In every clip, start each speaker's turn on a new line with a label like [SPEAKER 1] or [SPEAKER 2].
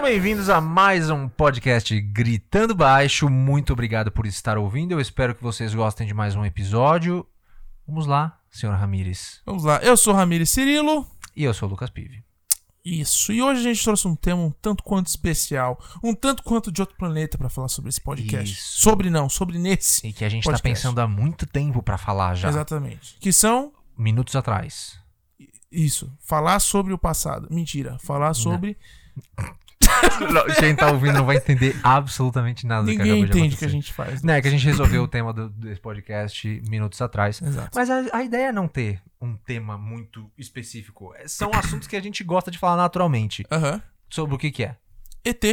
[SPEAKER 1] bem-vindos a mais um podcast Gritando Baixo. Muito obrigado por estar ouvindo. Eu espero que vocês gostem de mais um episódio. Vamos lá, senhor Ramires.
[SPEAKER 2] Vamos lá, eu sou Ramires Cirilo.
[SPEAKER 1] E eu sou o Lucas Pive.
[SPEAKER 2] Isso, e hoje a gente trouxe um tema um tanto quanto especial, um tanto quanto de outro planeta pra falar sobre esse podcast.
[SPEAKER 1] Isso.
[SPEAKER 2] Sobre não, sobre nesse.
[SPEAKER 1] E que a gente tá
[SPEAKER 2] Podcast.
[SPEAKER 1] pensando há muito tempo pra falar já.
[SPEAKER 2] Exatamente. Que são
[SPEAKER 1] Minutos atrás.
[SPEAKER 2] isso, falar sobre o passado. Mentira, falar sobre
[SPEAKER 1] Quem tá ouvindo não vai entender absolutamente nada do que
[SPEAKER 2] ninguém
[SPEAKER 1] acabou de
[SPEAKER 2] entende o que
[SPEAKER 1] acontecer.
[SPEAKER 2] a gente tá faz.
[SPEAKER 1] Não, é que a gente resolveu o tema do- desse podcast minutos atrás.
[SPEAKER 2] né? Exato.
[SPEAKER 1] Mas a, a ideia é não ter um tema muito específico. É, São assuntos que a gente gosta de falar naturalmente.
[SPEAKER 2] Aham.
[SPEAKER 1] Sobre o que que é.
[SPEAKER 2] ET.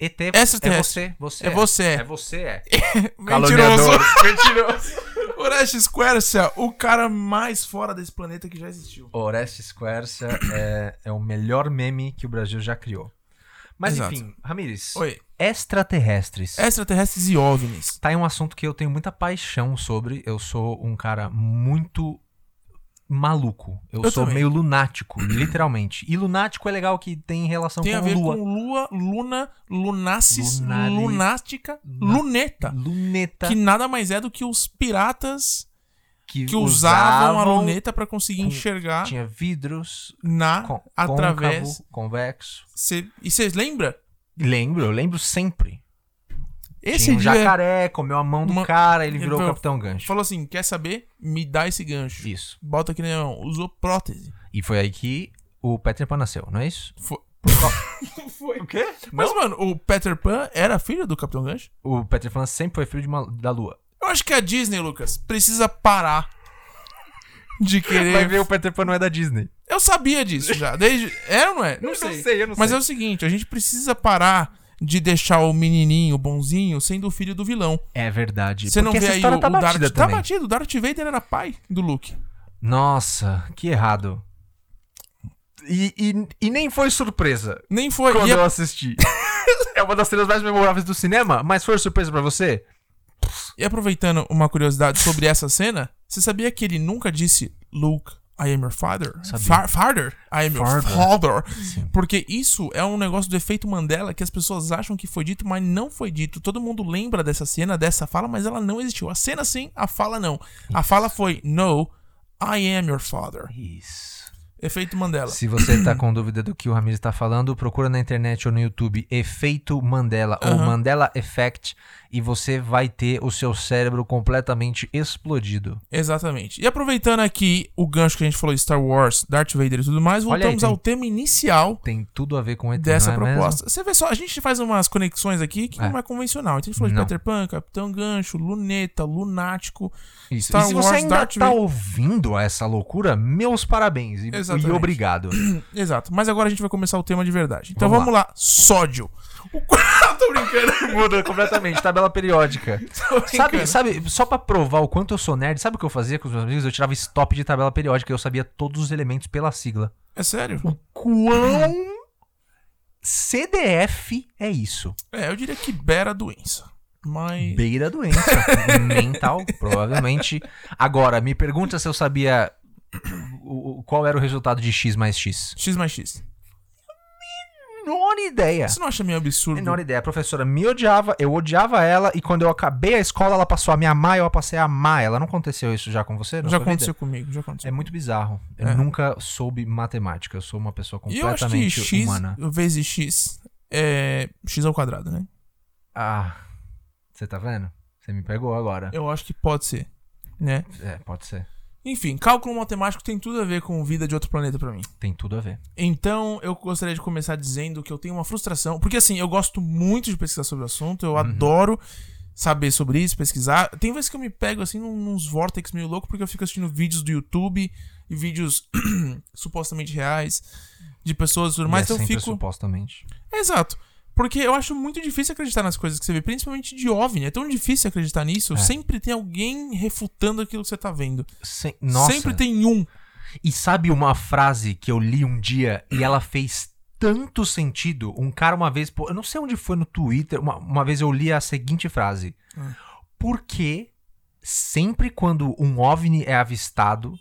[SPEAKER 1] ET é
[SPEAKER 2] Extraterrestre.
[SPEAKER 1] você. Você
[SPEAKER 2] É
[SPEAKER 1] É
[SPEAKER 2] você.
[SPEAKER 1] você, é.
[SPEAKER 2] Mentiroso.
[SPEAKER 1] Mentiroso.
[SPEAKER 2] O Orestes Quercia, o cara mais fora desse planeta que já existiu.
[SPEAKER 1] Orestes Quercia é, é o melhor meme que o Brasil já criou. Mas
[SPEAKER 2] Exato.
[SPEAKER 1] enfim, Ramires.
[SPEAKER 2] Oi. É.
[SPEAKER 1] Extraterrestres.
[SPEAKER 2] Extraterrestres e OVNIs.
[SPEAKER 1] Tá aí um assunto que eu tenho muita paixão sobre. Eu sou um cara muito maluco. Eu,
[SPEAKER 2] Eu
[SPEAKER 1] sou
[SPEAKER 2] também.
[SPEAKER 1] meio lunático, literalmente. E lunático é legal que tem relação
[SPEAKER 2] Tem a
[SPEAKER 1] com
[SPEAKER 2] ver
[SPEAKER 1] lua.
[SPEAKER 2] com lua, luna, lunacis,
[SPEAKER 1] Lunari-
[SPEAKER 2] lunástica,
[SPEAKER 1] Luna-
[SPEAKER 2] luneta.
[SPEAKER 1] Luneta
[SPEAKER 2] Que nada mais é do que os piratas que usavam
[SPEAKER 1] usavam
[SPEAKER 2] a luneta pra conseguir
[SPEAKER 1] com-
[SPEAKER 2] enxergar
[SPEAKER 1] Tinha um vidros
[SPEAKER 2] na
[SPEAKER 1] con-
[SPEAKER 2] através.
[SPEAKER 1] côncavo, convexo.
[SPEAKER 2] Cê- e vocês lembram?
[SPEAKER 1] Lembro, eu lembro sempre.
[SPEAKER 2] Esse
[SPEAKER 1] Tinha um
[SPEAKER 2] dia
[SPEAKER 1] jacaré, comeu a mão do
[SPEAKER 2] Uma-
[SPEAKER 1] cara, ele
[SPEAKER 2] Ele
[SPEAKER 1] virou o
[SPEAKER 2] falou-
[SPEAKER 1] Capitão Gancho.
[SPEAKER 2] falou assim: quer saber? Me dá esse gancho.
[SPEAKER 1] Isso.
[SPEAKER 2] Bota aqui na minha mão. Usou prótese.
[SPEAKER 1] E foi aí que o Peter Pan nasceu, não é isso?
[SPEAKER 2] Foi.
[SPEAKER 1] Foi. O quê?
[SPEAKER 2] Mas, mano, o Peter Pan era filho do Capitão Gancho?
[SPEAKER 1] O Peter Pan sempre foi filho de uma- da lua.
[SPEAKER 2] Eu acho que é a Disney, Lucas, precisa parar de
[SPEAKER 1] Vai
[SPEAKER 2] querer.
[SPEAKER 1] ver, o Peter Pan não é da Disney.
[SPEAKER 2] Eu sabia disso já. Desde... É ou não é? Não sei.
[SPEAKER 1] eu não
[SPEAKER 2] Mas é o seguinte, a gente precisa parar de deixar o menininho bonzinho sendo o filho do vilão.
[SPEAKER 1] É verdade.
[SPEAKER 2] Você não
[SPEAKER 1] porque
[SPEAKER 2] vê
[SPEAKER 1] essa
[SPEAKER 2] aí
[SPEAKER 1] história
[SPEAKER 2] o,
[SPEAKER 1] tá
[SPEAKER 2] o Darth...
[SPEAKER 1] batida
[SPEAKER 2] Tá
[SPEAKER 1] também.
[SPEAKER 2] batido, o Darth Vader era pai do Luke.
[SPEAKER 1] Nossa, que errado. E, e- e nem foi surpresa
[SPEAKER 2] Nem foi.
[SPEAKER 1] quando
[SPEAKER 2] E é-
[SPEAKER 1] eu assisti. é uma das cenas mais memoráveis do cinema, mas foi surpresa pra você?
[SPEAKER 2] E aproveitando uma curiosidade sobre essa cena, você sabia que ele nunca disse Luke, I am your father?
[SPEAKER 1] Sabia.
[SPEAKER 2] Fa- father? I am your
[SPEAKER 1] Father.
[SPEAKER 2] father.
[SPEAKER 1] Sim.
[SPEAKER 2] Porque isso é um negócio do efeito Mandela que as pessoas acham que foi dito, mas não foi dito. Todo mundo lembra dessa cena, dessa fala, mas ela não existiu. A cena sim, a fala não. A fala foi No, I am your father.
[SPEAKER 1] Isso.
[SPEAKER 2] Efeito Mandela.
[SPEAKER 1] Se você tá com dúvida do que o Ramiro tá falando, procura na internet ou no YouTube Efeito Mandela ou
[SPEAKER 2] Aham.
[SPEAKER 1] Mandela Effect e você vai ter o seu cérebro completamente explodido.
[SPEAKER 2] Exatamente. E aproveitando aqui o gancho que a gente falou de Star Wars, Darth Vader e tudo mais,
[SPEAKER 1] Olha aí,
[SPEAKER 2] voltamos
[SPEAKER 1] tem-
[SPEAKER 2] ao tema inicial
[SPEAKER 1] Tem tudo a ver com o ET,
[SPEAKER 2] dessa
[SPEAKER 1] não é mesmo?
[SPEAKER 2] proposta. Você vê só, a gente faz umas conexões aqui que
[SPEAKER 1] É.
[SPEAKER 2] não é convencional. Então a gente falou
[SPEAKER 1] Não.
[SPEAKER 2] de Peter Pan, Capitão Gancho, Luneta, Lunático.
[SPEAKER 1] Isso.
[SPEAKER 2] Star
[SPEAKER 1] e se você
[SPEAKER 2] Wars,
[SPEAKER 1] ainda
[SPEAKER 2] Darth
[SPEAKER 1] tá
[SPEAKER 2] Vader.
[SPEAKER 1] ouvindo essa loucura, meus parabéns e, e
[SPEAKER 2] Exatamente.
[SPEAKER 1] obrigado.
[SPEAKER 2] Exato. Mas agora a gente vai começar o tema de verdade. Então
[SPEAKER 1] Vamos
[SPEAKER 2] vamos, lá. Sódio. O... Tô brincando.
[SPEAKER 1] Muda completamente, tabela periódica.
[SPEAKER 2] Tô brincando.
[SPEAKER 1] Sabe, sabe, só pra provar o quanto eu sou nerd, sabe o que eu fazia com os meus amigos? Eu tirava stop de tabela periódica e eu sabia todos os elementos pela sigla.
[SPEAKER 2] É sério?
[SPEAKER 1] Quão CDF é isso?
[SPEAKER 2] É, eu diria que beira a doença. Mas.
[SPEAKER 1] Beira a doença mental, provavelmente. Agora, me pergunta se eu sabia o- o- qual era o resultado de X mais X.
[SPEAKER 2] X mais X.
[SPEAKER 1] Menor ideia.
[SPEAKER 2] Você não acha meio absurdo?
[SPEAKER 1] Menor ideia. A professora me odiava, eu odiava ela, e quando eu acabei a escola, ela passou a me amar e eu passei a amar ela. Não aconteceu isso já com você? na
[SPEAKER 2] Já
[SPEAKER 1] sua vida?
[SPEAKER 2] aconteceu comigo, já aconteceu.
[SPEAKER 1] É muito bizarro. Eu
[SPEAKER 2] É.
[SPEAKER 1] nunca soube matemática. Eu sou uma pessoa
[SPEAKER 2] E eu acho que
[SPEAKER 1] completamente
[SPEAKER 2] x
[SPEAKER 1] humana.
[SPEAKER 2] vezes x é x ao quadrado, né?
[SPEAKER 1] Ah, você tá vendo? Você me pegou agora.
[SPEAKER 2] Eu acho que pode ser, né?
[SPEAKER 1] É, pode ser.
[SPEAKER 2] Enfim, cálculo matemático tem tudo a ver com vida de outro planeta pra mim.
[SPEAKER 1] Tem tudo a ver.
[SPEAKER 2] Então, eu gostaria de começar dizendo que eu tenho uma frustração, porque assim, eu gosto muito de pesquisar sobre o assunto, eu
[SPEAKER 1] Uhum.
[SPEAKER 2] adoro saber sobre isso, pesquisar. Tem vezes que eu me pego assim num- nos vórtices meio louco porque eu fico assistindo vídeos do YouTube e vídeos supostamente reais de pessoas e tudo mais,
[SPEAKER 1] Mas é
[SPEAKER 2] então eu
[SPEAKER 1] sempre
[SPEAKER 2] fico
[SPEAKER 1] supostamente.
[SPEAKER 2] Exato. Porque eu acho muito difícil acreditar nas coisas que você vê, principalmente de OVNI. É tão difícil acreditar nisso.
[SPEAKER 1] É.
[SPEAKER 2] Sempre tem alguém refutando aquilo que você tá vendo.
[SPEAKER 1] Sem- Nossa.
[SPEAKER 2] Sempre tem um.
[SPEAKER 1] E sabe uma frase que eu li um dia e ela fez tanto sentido? Um cara uma vez, pô, eu não sei onde foi no Twitter, uma, uma vez eu li a seguinte frase:
[SPEAKER 2] Hum.
[SPEAKER 1] Por que sempre quando um OVNI é avistado,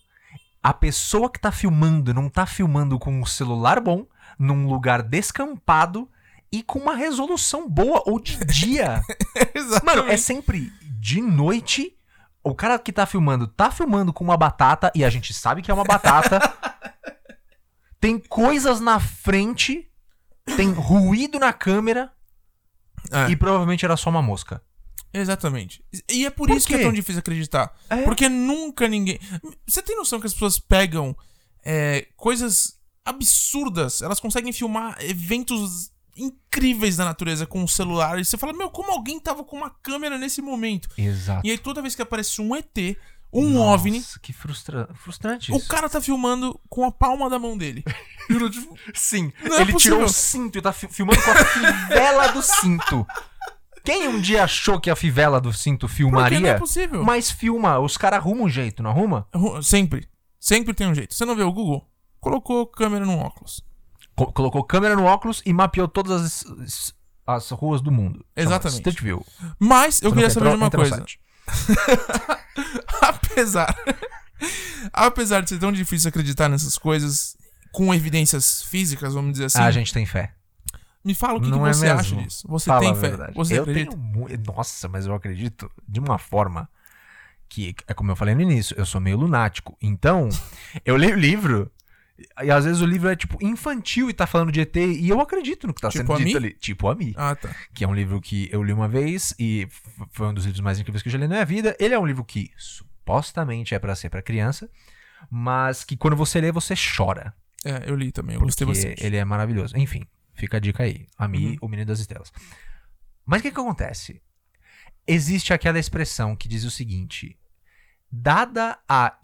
[SPEAKER 1] a pessoa que tá filmando não tá filmando com um celular bom, num lugar descampado? e com uma resolução boa ou de dia.
[SPEAKER 2] Exatamente.
[SPEAKER 1] Mano, é sempre de noite. O cara que tá filmando, tá filmando com uma batata e a gente sabe que é uma batata. tem coisas na frente, tem ruído na câmera
[SPEAKER 2] É.
[SPEAKER 1] e provavelmente era só uma mosca.
[SPEAKER 2] Exatamente. E é por,
[SPEAKER 1] Por
[SPEAKER 2] isso que é
[SPEAKER 1] quê?
[SPEAKER 2] tão difícil acreditar.
[SPEAKER 1] É.
[SPEAKER 2] Porque nunca ninguém. Você tem noção que as pessoas pegam é, coisas absurdas, elas conseguem filmar eventos incríveis da natureza com o celular e você fala, meu, como alguém tava com uma câmera nesse momento?
[SPEAKER 1] Exato.
[SPEAKER 2] E aí toda vez que aparece um ET, um
[SPEAKER 1] Nossa,
[SPEAKER 2] OVNI,
[SPEAKER 1] Que frustra... frustrante.
[SPEAKER 2] o
[SPEAKER 1] isso.
[SPEAKER 2] cara tá filmando com a palma da mão dele.
[SPEAKER 1] É
[SPEAKER 2] Juro, tipo,
[SPEAKER 1] Sim,
[SPEAKER 2] Não é
[SPEAKER 1] ele
[SPEAKER 2] possível.
[SPEAKER 1] tirou o cinto e tá fi- filmando com a fivela do cinto. Quem um dia achou que a fivela do cinto
[SPEAKER 2] porque não é
[SPEAKER 1] filmaria?
[SPEAKER 2] possível.
[SPEAKER 1] mas filma, os caras arrumam um jeito, não arruma?
[SPEAKER 2] Ru- Sempre. Sempre tem um jeito. Você não vê o Google? Colocou câmera num óculos.
[SPEAKER 1] Co- colocou câmera no óculos e mapeou todas as, as- as ruas do mundo. Chama
[SPEAKER 2] Exatamente.
[SPEAKER 1] Street View.
[SPEAKER 2] Mas eu
[SPEAKER 1] Você
[SPEAKER 2] queria
[SPEAKER 1] não
[SPEAKER 2] saber de uma
[SPEAKER 1] entrou? Entra no
[SPEAKER 2] coisa.
[SPEAKER 1] site.
[SPEAKER 2] apesar apesar de ser tão difícil acreditar nessas coisas com evidências físicas, vamos dizer assim,
[SPEAKER 1] Ah, a gente tem fé.
[SPEAKER 2] me fala o que, que
[SPEAKER 1] Não é
[SPEAKER 2] você
[SPEAKER 1] mesmo?
[SPEAKER 2] acha disso. Você
[SPEAKER 1] Fala
[SPEAKER 2] tem
[SPEAKER 1] a
[SPEAKER 2] fé?
[SPEAKER 1] verdade.
[SPEAKER 2] Você
[SPEAKER 1] eu
[SPEAKER 2] acredita?
[SPEAKER 1] tenho mu- Nossa, mas eu acredito de uma forma que é como eu falei no início, eu sou meio lunático. Então, eu leio o livro e às vezes o livro é tipo infantil e tá falando de ET e eu acredito no que tá
[SPEAKER 2] Tipo
[SPEAKER 1] sendo
[SPEAKER 2] a mim?
[SPEAKER 1] dito ali, tipo a mim,
[SPEAKER 2] Ah, tá.
[SPEAKER 1] que é um livro que eu li uma vez e f- foi um dos livros mais incríveis que eu já li na minha vida. Ele é um livro que supostamente é pra ser pra criança, mas que quando você lê você chora.
[SPEAKER 2] É, eu li também, eu gostei
[SPEAKER 1] Porque
[SPEAKER 2] bastante.
[SPEAKER 1] ele é maravilhoso. Enfim, fica a dica aí. A Mi,
[SPEAKER 2] Uhum.
[SPEAKER 1] o Menino das Estrelas. Mas o que, que acontece? Existe aquela expressão que diz o seguinte: dada a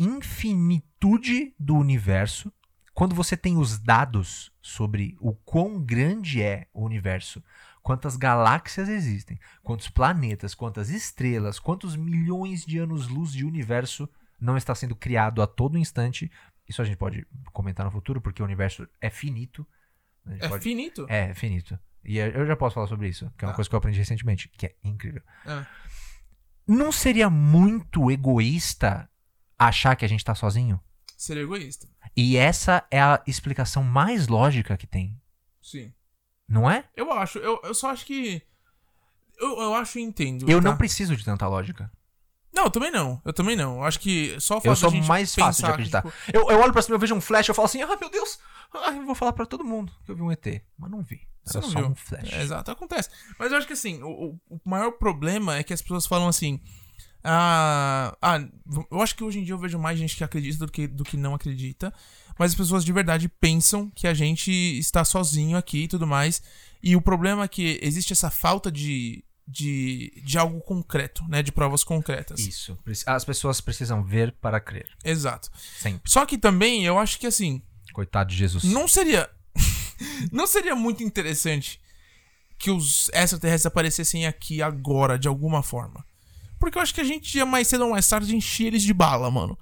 [SPEAKER 1] infinitude do universo, quando você tem os dados sobre o quão grande é o universo, quantas galáxias existem, quantos planetas, quantas estrelas, quantos milhões de anos-luz de universo não está sendo criado a todo instante. Isso a gente pode comentar no futuro, porque o universo é finito. A gente
[SPEAKER 2] É
[SPEAKER 1] pode-
[SPEAKER 2] finito?
[SPEAKER 1] é, é finito. E eu- eu já posso falar sobre isso, que é uma
[SPEAKER 2] Tá.
[SPEAKER 1] coisa que eu aprendi recentemente, que é incrível.
[SPEAKER 2] É.
[SPEAKER 1] Não seria muito egoísta achar que a gente tá sozinho?
[SPEAKER 2] Seria egoísta.
[SPEAKER 1] E essa é a explicação mais lógica que tem,
[SPEAKER 2] Sim.
[SPEAKER 1] não é?
[SPEAKER 2] Eu acho, eu, eu só acho que. Eu, eu acho e entendo.
[SPEAKER 1] Eu
[SPEAKER 2] tá?
[SPEAKER 1] não preciso de tanta lógica.
[SPEAKER 2] Não, eu também não. Eu também não. Eu acho que só o fato
[SPEAKER 1] Eu
[SPEAKER 2] da
[SPEAKER 1] sou
[SPEAKER 2] gente
[SPEAKER 1] mais
[SPEAKER 2] pensar
[SPEAKER 1] fácil de
[SPEAKER 2] que,
[SPEAKER 1] acreditar.
[SPEAKER 2] tipo,
[SPEAKER 1] Eu, eu olho pra cima, eu vejo um flash, eu falo assim, ah, meu Deus, ah, eu vou falar pra todo mundo que eu vi um ET. Mas não vi.
[SPEAKER 2] Você
[SPEAKER 1] Era
[SPEAKER 2] não
[SPEAKER 1] só
[SPEAKER 2] viu.
[SPEAKER 1] um flash.
[SPEAKER 2] É, exato, acontece. Mas eu acho que assim, o, o- o maior problema é que as pessoas falam assim. Ah, ah, v- eu acho que hoje em dia eu vejo mais gente que acredita do que, do que não acredita. Mas as pessoas de verdade pensam que a gente está sozinho aqui e tudo mais. E o problema é que existe essa falta de, de, de algo concreto, né? De provas concretas.
[SPEAKER 1] Isso. Prec- As pessoas precisam ver para crer.
[SPEAKER 2] Exato.
[SPEAKER 1] Sempre.
[SPEAKER 2] Só que também eu acho que assim.
[SPEAKER 1] Coitado de Jesus.
[SPEAKER 2] Não seria. não seria muito interessante que os extraterrestres aparecessem aqui agora, de alguma forma. Porque eu acho que a gente ia mais cedo ou mais tarde encher eles de bala, mano.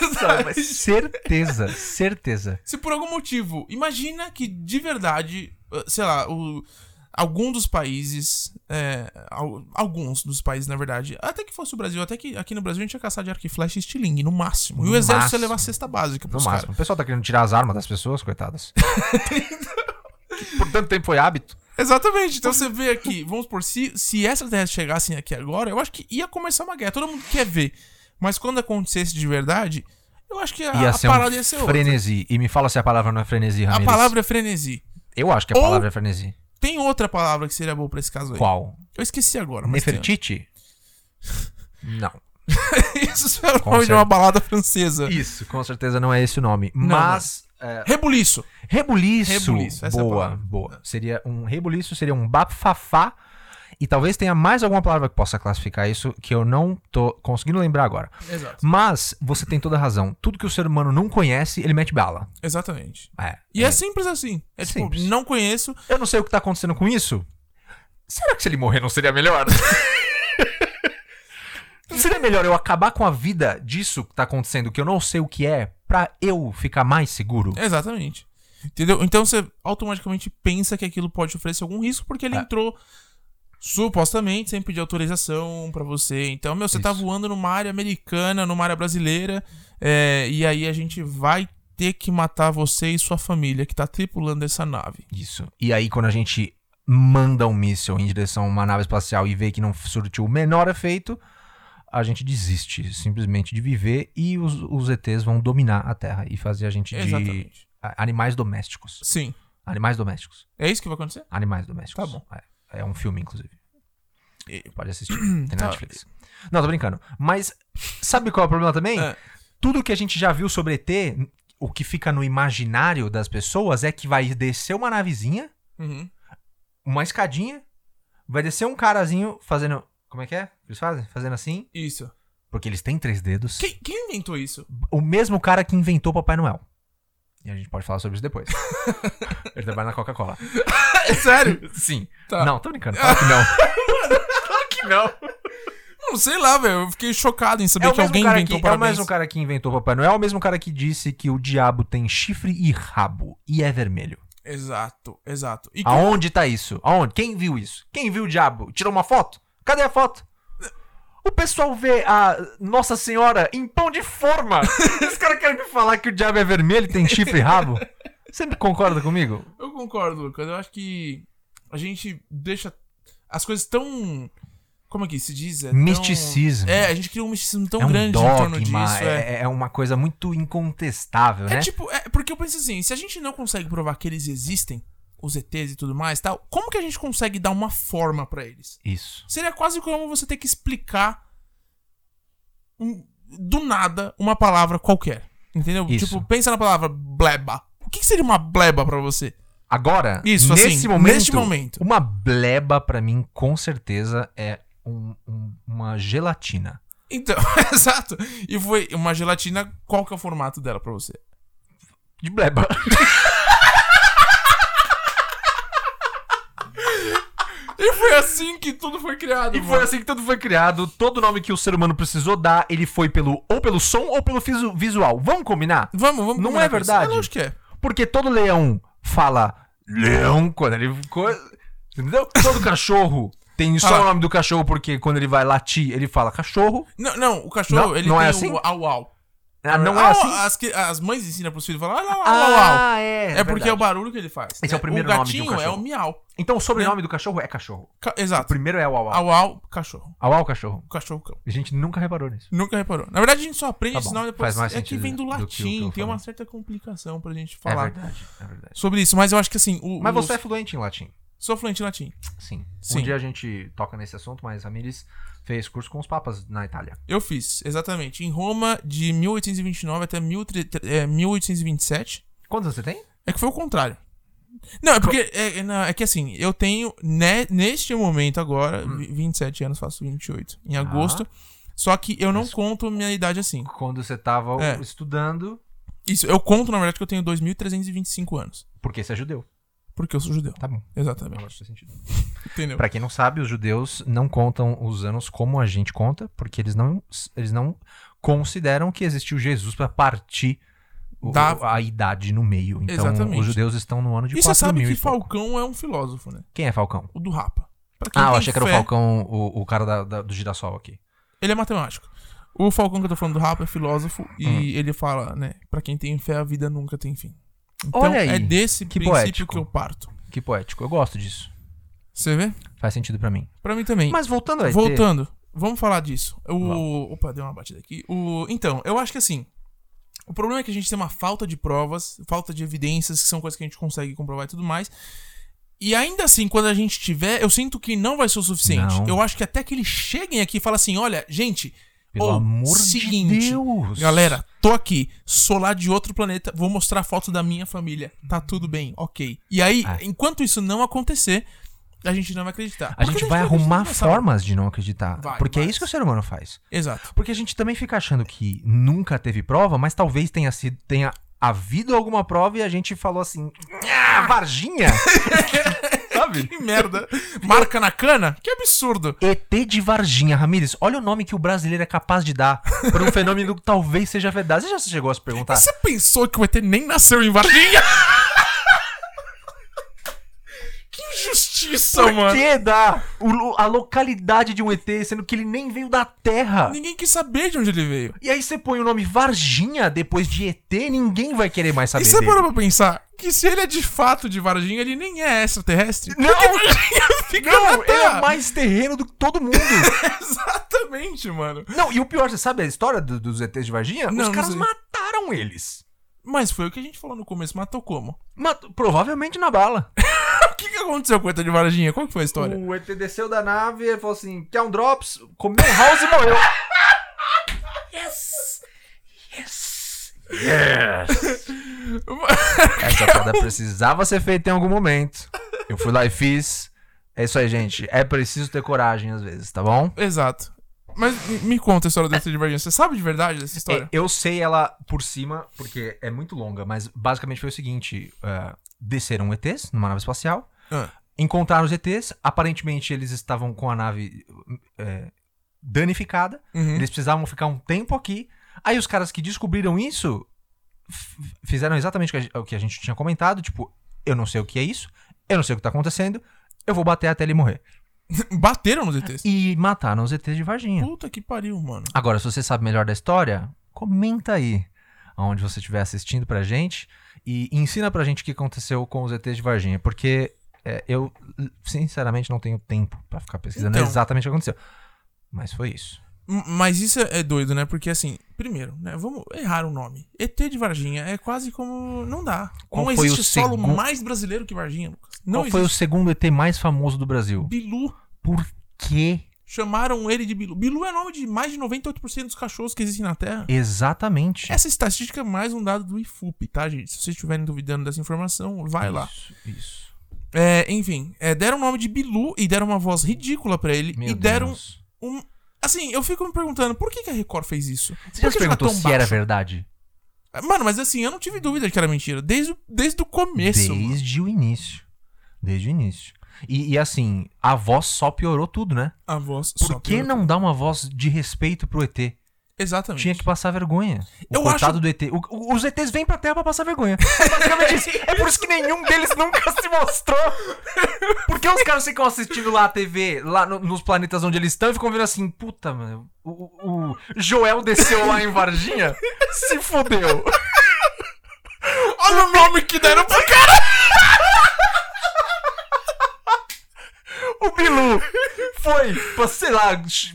[SPEAKER 1] Nossa, mas certeza, certeza.
[SPEAKER 2] Se por algum motivo. Imagina que de verdade, eh, sei lá, o. Algum dos países, eh, al- alguns dos países, na verdade, até que fosse o Brasil, até que aqui no Brasil a gente ia caçar de arco e flecha e estilingue, no máximo. E o
[SPEAKER 1] No
[SPEAKER 2] exército ia
[SPEAKER 1] máximo.
[SPEAKER 2] levar cesta básica
[SPEAKER 1] No
[SPEAKER 2] pros caras.
[SPEAKER 1] máximo. O pessoal tá querendo tirar as armas das pessoas, coitadas.
[SPEAKER 2] Então.
[SPEAKER 1] Que Por tanto tempo foi hábito.
[SPEAKER 2] Exatamente. Então você vê aqui, vamos por si, se extraterrestres chegassem aqui agora, eu acho que ia começar uma guerra. Todo mundo quer ver. Mas quando acontecesse de verdade, eu acho que a,
[SPEAKER 1] Ia
[SPEAKER 2] a
[SPEAKER 1] ser
[SPEAKER 2] parada
[SPEAKER 1] um
[SPEAKER 2] ia ser outra.
[SPEAKER 1] frenesi. E me fala se a palavra não é frenesi,
[SPEAKER 2] A
[SPEAKER 1] Ramirez.
[SPEAKER 2] palavra é frenesi.
[SPEAKER 1] Eu acho que a
[SPEAKER 2] Ou-
[SPEAKER 1] palavra é frenesi.
[SPEAKER 2] Tem outra palavra que seria boa pra esse caso aí.
[SPEAKER 1] Qual?
[SPEAKER 2] Eu esqueci agora, mas tem.
[SPEAKER 1] Nefertiti? Não.
[SPEAKER 2] Isso é o
[SPEAKER 1] Com
[SPEAKER 2] nome de
[SPEAKER 1] certeza.
[SPEAKER 2] uma balada francesa.
[SPEAKER 1] Isso, com certeza não é esse o nome.
[SPEAKER 2] Não,
[SPEAKER 1] mas. é,
[SPEAKER 2] Rebuliço.
[SPEAKER 1] rebuliço.
[SPEAKER 2] Rebuliço, essa é a
[SPEAKER 1] boa,
[SPEAKER 2] palavra.
[SPEAKER 1] boa. Seria um rebuliço, seria um bafafá. E talvez tenha mais alguma palavra que possa classificar isso que eu não tô conseguindo lembrar agora.
[SPEAKER 2] Exato.
[SPEAKER 1] Mas você tem toda a razão. Tudo que o ser humano não conhece, ele mete bala.
[SPEAKER 2] Exatamente.
[SPEAKER 1] É.
[SPEAKER 2] E é, simples assim. É tipo,
[SPEAKER 1] Simples.
[SPEAKER 2] não conheço.
[SPEAKER 1] Eu não sei o que tá acontecendo com isso. Será que se ele morrer não seria melhor? Não seria melhor eu acabar com a vida disso que tá acontecendo, que eu não sei o que é, pra eu ficar mais seguro?
[SPEAKER 2] Exatamente. Entendeu? Então você automaticamente pensa que aquilo pode oferecer algum risco porque ele
[SPEAKER 1] É.
[SPEAKER 2] entrou supostamente sem pedir autorização pra você. Então, meu, você tá
[SPEAKER 1] Isso.
[SPEAKER 2] eh, voando numa área americana, numa área brasileira, é, e aí a gente vai ter que matar você e sua família que tá tripulando essa nave.
[SPEAKER 1] Isso. E aí, quando a gente manda um míssil em direção a uma nave espacial e vê que não surtiu o menor efeito, a gente desiste simplesmente de viver e os, os ETs vão dominar a Terra e fazer a gente de
[SPEAKER 2] Exatamente.
[SPEAKER 1] a- animais domésticos.
[SPEAKER 2] Sim.
[SPEAKER 1] Animais domésticos.
[SPEAKER 2] É isso que vai acontecer?
[SPEAKER 1] Animais domésticos.
[SPEAKER 2] Tá bom.
[SPEAKER 1] É, é um filme, inclusive.
[SPEAKER 2] E-
[SPEAKER 1] Pode assistir. Tem na
[SPEAKER 2] Tá.
[SPEAKER 1] Netflix. Não, tô brincando. Mas sabe qual é o problema também?
[SPEAKER 2] É.
[SPEAKER 1] Tudo que a gente já viu sobre ET, o que fica no imaginário das pessoas é que vai descer uma navezinha,
[SPEAKER 2] Uhum.
[SPEAKER 1] uma escadinha, vai descer um carazinho fazendo. Como é que é? Eles fazem? Fazendo assim.
[SPEAKER 2] Isso.
[SPEAKER 1] Porque eles têm três dedos.
[SPEAKER 2] Quem, quem inventou isso?
[SPEAKER 1] O mesmo cara que inventou Papai Noel. E a gente pode falar sobre isso depois. Ele trabalha na Coca-Cola. É
[SPEAKER 2] Sério?
[SPEAKER 1] Sim. Ah, é
[SPEAKER 2] Tá.
[SPEAKER 1] Não, tô brincando. Claro que não.
[SPEAKER 2] que não. Não sei lá, velho. Eu fiquei chocado em saber
[SPEAKER 1] É o,
[SPEAKER 2] que alguém
[SPEAKER 1] mesmo cara
[SPEAKER 2] inventou
[SPEAKER 1] que, é o
[SPEAKER 2] parabéns.
[SPEAKER 1] mesmo cara que inventou Papai Noel, é o mesmo cara que disse que o diabo tem chifre e rabo e é vermelho.
[SPEAKER 2] Exato, exato. E
[SPEAKER 1] Aonde tá isso? Aonde? Quem viu isso? Quem viu o diabo? Tirou uma foto? Cadê a foto? O pessoal vê a Nossa Senhora em pão de forma. Esse cara quer me falar que o diabo é vermelho e tem chifre e rabo? Sempre concorda comigo?
[SPEAKER 2] Eu concordo, Lucas. Eu acho que a gente deixa as coisas tão. Como é que se diz? É tão-
[SPEAKER 1] Misticismo.
[SPEAKER 2] É, a gente cria um misticismo tão
[SPEAKER 1] é um
[SPEAKER 2] grande em torno
[SPEAKER 1] dogma,
[SPEAKER 2] disso. É,
[SPEAKER 1] é, é uma coisa muito incontestável,
[SPEAKER 2] É
[SPEAKER 1] né?
[SPEAKER 2] tipo, é, porque eu penso assim: se a gente não consegue provar que eles existem, os ETs e tudo mais tal, como que a gente consegue dar uma forma pra eles?
[SPEAKER 1] Isso.
[SPEAKER 2] Seria quase como você ter que explicar um- do nada uma palavra qualquer. Entendeu?
[SPEAKER 1] Isso.
[SPEAKER 2] Tipo, pensa na palavra bleba. O que que seria uma bleba pra você?
[SPEAKER 1] Agora,
[SPEAKER 2] Isso,
[SPEAKER 1] nesse,
[SPEAKER 2] assim,
[SPEAKER 1] momento,
[SPEAKER 2] neste momento.
[SPEAKER 1] uma bleba pra mim, com certeza, é um- um- uma gelatina.
[SPEAKER 2] Então, exato. E foi uma gelatina, qual que é o formato dela pra você?
[SPEAKER 1] De bleba.
[SPEAKER 2] E foi assim que tudo foi criado.
[SPEAKER 1] E foi assim que tudo foi criado. Todo nome que o ser humano precisou dar, ele foi pelo ou pelo som ou pelo fisu- visual. Vamos combinar?
[SPEAKER 2] Vamos, vamos.
[SPEAKER 1] Não
[SPEAKER 2] combinar
[SPEAKER 1] é
[SPEAKER 2] com isso.
[SPEAKER 1] verdade?
[SPEAKER 2] Eu acho que é.
[SPEAKER 1] Porque todo leão fala leão quando ele ficou. Entendeu? Todo cachorro tem só
[SPEAKER 2] Fala.
[SPEAKER 1] o nome do cachorro porque quando ele vai latir, ele fala cachorro.
[SPEAKER 2] Não, não, o cachorro,
[SPEAKER 1] Não,
[SPEAKER 2] ele
[SPEAKER 1] não
[SPEAKER 2] tem
[SPEAKER 1] é
[SPEAKER 2] o
[SPEAKER 1] assim?
[SPEAKER 2] au au.
[SPEAKER 1] Ah, não é
[SPEAKER 2] Au,
[SPEAKER 1] assim?
[SPEAKER 2] As, que- as mães ensinam pros filhos, falam au au au au. au.
[SPEAKER 1] é.
[SPEAKER 2] ah, É, porque é o barulho que ele faz.
[SPEAKER 1] Esse é o primeiro
[SPEAKER 2] O
[SPEAKER 1] nome de
[SPEAKER 2] gatinho
[SPEAKER 1] um
[SPEAKER 2] é o
[SPEAKER 1] cachorro.
[SPEAKER 2] miau.
[SPEAKER 1] Então o sobrenome do cachorro é cachorro.
[SPEAKER 2] Ca-
[SPEAKER 1] O
[SPEAKER 2] Exato.
[SPEAKER 1] primeiro é o Auau.
[SPEAKER 2] Né? Au au, cachorro.
[SPEAKER 1] Auau cachorro.
[SPEAKER 2] O cachorro cão.
[SPEAKER 1] A gente nunca reparou nisso.
[SPEAKER 2] Nunca reparou. Na verdade, a gente só aprende
[SPEAKER 1] Tá
[SPEAKER 2] esse
[SPEAKER 1] bom,
[SPEAKER 2] nome depois.
[SPEAKER 1] faz mais
[SPEAKER 2] é que
[SPEAKER 1] sentido
[SPEAKER 2] vem do
[SPEAKER 1] do que o que eu
[SPEAKER 2] latim, tem uma
[SPEAKER 1] falei.
[SPEAKER 2] certa complicação pra gente falar
[SPEAKER 1] verdade, é verdade.
[SPEAKER 2] sobre isso. Mas eu acho que assim. O,
[SPEAKER 1] Mas
[SPEAKER 2] os-
[SPEAKER 1] você é fluente em latim?
[SPEAKER 2] Sou fluente em latim.
[SPEAKER 1] Sim.
[SPEAKER 2] Sim.
[SPEAKER 1] Um dia a gente toca nesse assunto, mas Ramires fez curso com os papas na Itália.
[SPEAKER 2] Eu fiz, exatamente. Em Roma, de 1829 até 13 é, 1827.
[SPEAKER 1] Quantos anos você tem?
[SPEAKER 2] É que foi o contrário. Não, é porque. É, é- não, é que assim, eu tenho, ne- neste momento agora,
[SPEAKER 1] Hum.
[SPEAKER 2] vi- 27 anos, faço 28,
[SPEAKER 1] Tá.
[SPEAKER 2] em agosto. Só que eu não conto minha idade assim.
[SPEAKER 1] Quando você tava
[SPEAKER 2] É.
[SPEAKER 1] estudando,
[SPEAKER 2] Isso, eu conto, na verdade, que eu tenho 2.325 anos.
[SPEAKER 1] porque você é judeu.
[SPEAKER 2] Porque eu sou judeu.
[SPEAKER 1] Tá bom.
[SPEAKER 2] Exatamente.
[SPEAKER 1] Agora faz sentido.
[SPEAKER 2] Entendeu?
[SPEAKER 1] Pra quem não sabe, os judeus não contam os anos como a gente conta, porque eles não, eles não consideram que existiu Jesus pra partir o-
[SPEAKER 2] Da-
[SPEAKER 1] a idade no meio. Então,
[SPEAKER 2] Exatamente.
[SPEAKER 1] os judeus estão no ano de
[SPEAKER 2] E você
[SPEAKER 1] 4
[SPEAKER 2] sabe
[SPEAKER 1] mil
[SPEAKER 2] que
[SPEAKER 1] e pouco.
[SPEAKER 2] Falcão é um filósofo, né?
[SPEAKER 1] Quem é Falcão?
[SPEAKER 2] O do Rapa. Pra quem
[SPEAKER 1] Ah, eu
[SPEAKER 2] tem
[SPEAKER 1] achei que era o
[SPEAKER 2] fé,
[SPEAKER 1] Falcão, o, o cara da- da- do girassol aqui.
[SPEAKER 2] Ele é matemático. O Falcão que eu tô falando do Rapa é filósofo e
[SPEAKER 1] Hum.
[SPEAKER 2] ele fala, né? Pra quem tem fé, a vida nunca tem fim. Então,
[SPEAKER 1] Olha aí,
[SPEAKER 2] é desse
[SPEAKER 1] que
[SPEAKER 2] princípio
[SPEAKER 1] poético.
[SPEAKER 2] que eu parto.
[SPEAKER 1] Que poético. Eu gosto disso.
[SPEAKER 2] Você vê?
[SPEAKER 1] Faz sentido pra mim.
[SPEAKER 2] Pra mim também.
[SPEAKER 1] Mas voltando aí.
[SPEAKER 2] Voltando, vamos falar disso. O...
[SPEAKER 1] Vamos.
[SPEAKER 2] Opa, deu uma batida aqui. O... Então, eu acho que assim. O problema é que a gente tem uma falta de provas, falta de evidências, que são coisas que a gente consegue comprovar e tudo mais. E ainda assim, quando a gente tiver, eu sinto que não vai ser o suficiente.
[SPEAKER 1] Não.
[SPEAKER 2] Eu acho que até que eles cheguem aqui e falem assim: olha, gente,
[SPEAKER 1] Pelo
[SPEAKER 2] ô,
[SPEAKER 1] amor
[SPEAKER 2] seguinte,
[SPEAKER 1] de Deus.
[SPEAKER 2] Galera, tô aqui, sou lá de outro planeta, vou mostrar foto da minha família. Tá tudo bem, ok. E aí,
[SPEAKER 1] Uhum. Ah.
[SPEAKER 2] enquanto isso não acontecer, a gente não vai acreditar.
[SPEAKER 1] A
[SPEAKER 2] Porque
[SPEAKER 1] gente vai
[SPEAKER 2] não acredita
[SPEAKER 1] arrumar
[SPEAKER 2] no dinossauro.
[SPEAKER 1] formas de não acreditar.
[SPEAKER 2] Vai,
[SPEAKER 1] porque
[SPEAKER 2] vai.
[SPEAKER 1] é isso que o ser humano faz.
[SPEAKER 2] Exato.
[SPEAKER 1] Porque a gente também fica achando que nunca teve prova, mas talvez tenha sido tenha havido alguma prova e a gente falou assim, ah, varginha. Sabe?
[SPEAKER 2] Que merda. Marca na cana? Que absurdo.
[SPEAKER 1] ET de Varginha, Ramires. Olha o nome que o brasileiro é capaz de dar para um fenômeno que talvez seja verdade. Você já chegou a se perguntar?
[SPEAKER 2] E Você pensou que o ET nem nasceu em Varginha? que injustiça,
[SPEAKER 1] Por
[SPEAKER 2] mano.
[SPEAKER 1] que dar o lo- a localidade de um ET, sendo que ele nem veio da Terra?
[SPEAKER 2] Ninguém quis saber de onde ele veio.
[SPEAKER 1] E aí você põe o nome Varginha depois de ET, ninguém vai querer mais saber
[SPEAKER 2] e você
[SPEAKER 1] dele.
[SPEAKER 2] parou pra pensar que se ele é de fato de Varginha, ele nem é extraterrestre?
[SPEAKER 1] Não,
[SPEAKER 2] Fica na
[SPEAKER 1] não, ele é
[SPEAKER 2] Terra.
[SPEAKER 1] mais terreno do que todo mundo.
[SPEAKER 2] Exatamente, mano.
[SPEAKER 1] não, e o pior, você sabe a história do- dos ETs de Varginha?
[SPEAKER 2] Não,
[SPEAKER 1] Os
[SPEAKER 2] não
[SPEAKER 1] caras
[SPEAKER 2] sei.
[SPEAKER 1] mataram eles.
[SPEAKER 2] Mas foi o que a gente falou no começo, matou como?
[SPEAKER 1] Matou- provavelmente na bala.
[SPEAKER 2] O que, que aconteceu com o ET de Varginha? Qual que foi a história?
[SPEAKER 1] O ET desceu da nave, ele falou assim, quer um drops? Comeu um house e morreu.
[SPEAKER 2] Yes! Yes!
[SPEAKER 1] Essa piada precisava ser feita em algum momento. Eu fui lá e fiz. É isso aí, gente. É preciso ter coragem às vezes, tá bom?
[SPEAKER 2] Exato. Mas me- me conta a história do ET de Varginha. Você sabe de verdade dessa
[SPEAKER 1] É,
[SPEAKER 2] história?
[SPEAKER 1] eu sei ela por cima, porque é muito longa, mas basicamente foi o seguinte: é, desceram ETs numa nave espacial,
[SPEAKER 2] Ah.
[SPEAKER 1] encontraram os ETs, aparentemente eles estavam com a nave é, danificada,
[SPEAKER 2] Uhum.
[SPEAKER 1] eles precisavam ficar um tempo aqui. Aí os caras que descobriram isso f- fizeram exatamente o que a gen- o que a gente tinha comentado: tipo, eu não sei o que é isso, eu não sei o que tá acontecendo, eu vou bater até ele morrer.
[SPEAKER 2] Bateram nos ETs.
[SPEAKER 1] E mataram os ETs de Varginha.
[SPEAKER 2] Puta que pariu, mano.
[SPEAKER 1] Agora, se você sabe melhor da história, comenta aí onde você estiver assistindo pra gente e ensina pra gente o que aconteceu com os ETs de Varginha, porque é, eu, sinceramente, não tenho tempo pra ficar pesquisando
[SPEAKER 2] Então.
[SPEAKER 1] exatamente o que aconteceu. Mas foi isso.
[SPEAKER 2] M- Mas isso é é doido, né? Porque assim, primeiro, né? Vamos errar o nome. ET de Varginha é quase como. Não dá.
[SPEAKER 1] Qual
[SPEAKER 2] não
[SPEAKER 1] foi
[SPEAKER 2] existe
[SPEAKER 1] o
[SPEAKER 2] solo
[SPEAKER 1] segun-
[SPEAKER 2] mais brasileiro que Varginha, Lucas. Não
[SPEAKER 1] Qual foi o
[SPEAKER 2] existe.
[SPEAKER 1] segundo ET mais famoso do Brasil?
[SPEAKER 2] Bilu.
[SPEAKER 1] Por quê?
[SPEAKER 2] Chamaram ele de Bilu. Bilu é nome de mais de 98% dos cachorros que existem na Terra.
[SPEAKER 1] Exatamente.
[SPEAKER 2] Essa estatística é mais um dado do IFUP, tá, gente? Se vocês estiverem duvidando dessa informação, vai lá.
[SPEAKER 1] Isso, isso.
[SPEAKER 2] É, enfim, é, deram o nome de Bilu e deram uma voz ridícula pra ele.
[SPEAKER 1] Meu
[SPEAKER 2] e deram
[SPEAKER 1] Deus.
[SPEAKER 2] um. Assim, eu fico me perguntando, por que, que a Record fez isso?
[SPEAKER 1] Você já
[SPEAKER 2] Por que
[SPEAKER 1] se
[SPEAKER 2] jogar
[SPEAKER 1] perguntou
[SPEAKER 2] tão
[SPEAKER 1] se era
[SPEAKER 2] baixo?
[SPEAKER 1] verdade?
[SPEAKER 2] Mano, mas assim, eu não tive dúvida de que era mentira. Desde, o- desde o começo. mano.
[SPEAKER 1] Desde o início. Desde o início. E, e assim, a voz só piorou tudo, né?
[SPEAKER 2] A voz só
[SPEAKER 1] Por que
[SPEAKER 2] piorou.
[SPEAKER 1] não dar uma voz de respeito pro ET?
[SPEAKER 2] Exatamente.
[SPEAKER 1] Tinha que passar vergonha. O
[SPEAKER 2] Eu
[SPEAKER 1] coitado
[SPEAKER 2] acho-
[SPEAKER 1] do ET. o- o- os ETs vêm pra Terra pra passar vergonha. É basicamente isso. É por isso que nenhum deles nunca se mostrou. Porque os caras ficam assistindo lá a TV, lá no- nos planetas onde eles estão, e ficam vendo assim, puta, mano, o, o- o Joel desceu lá em Varginha? Se fudeu.
[SPEAKER 2] Olha o nome que deram pro cara!
[SPEAKER 1] O Bilu foi pra, sei lá, ch-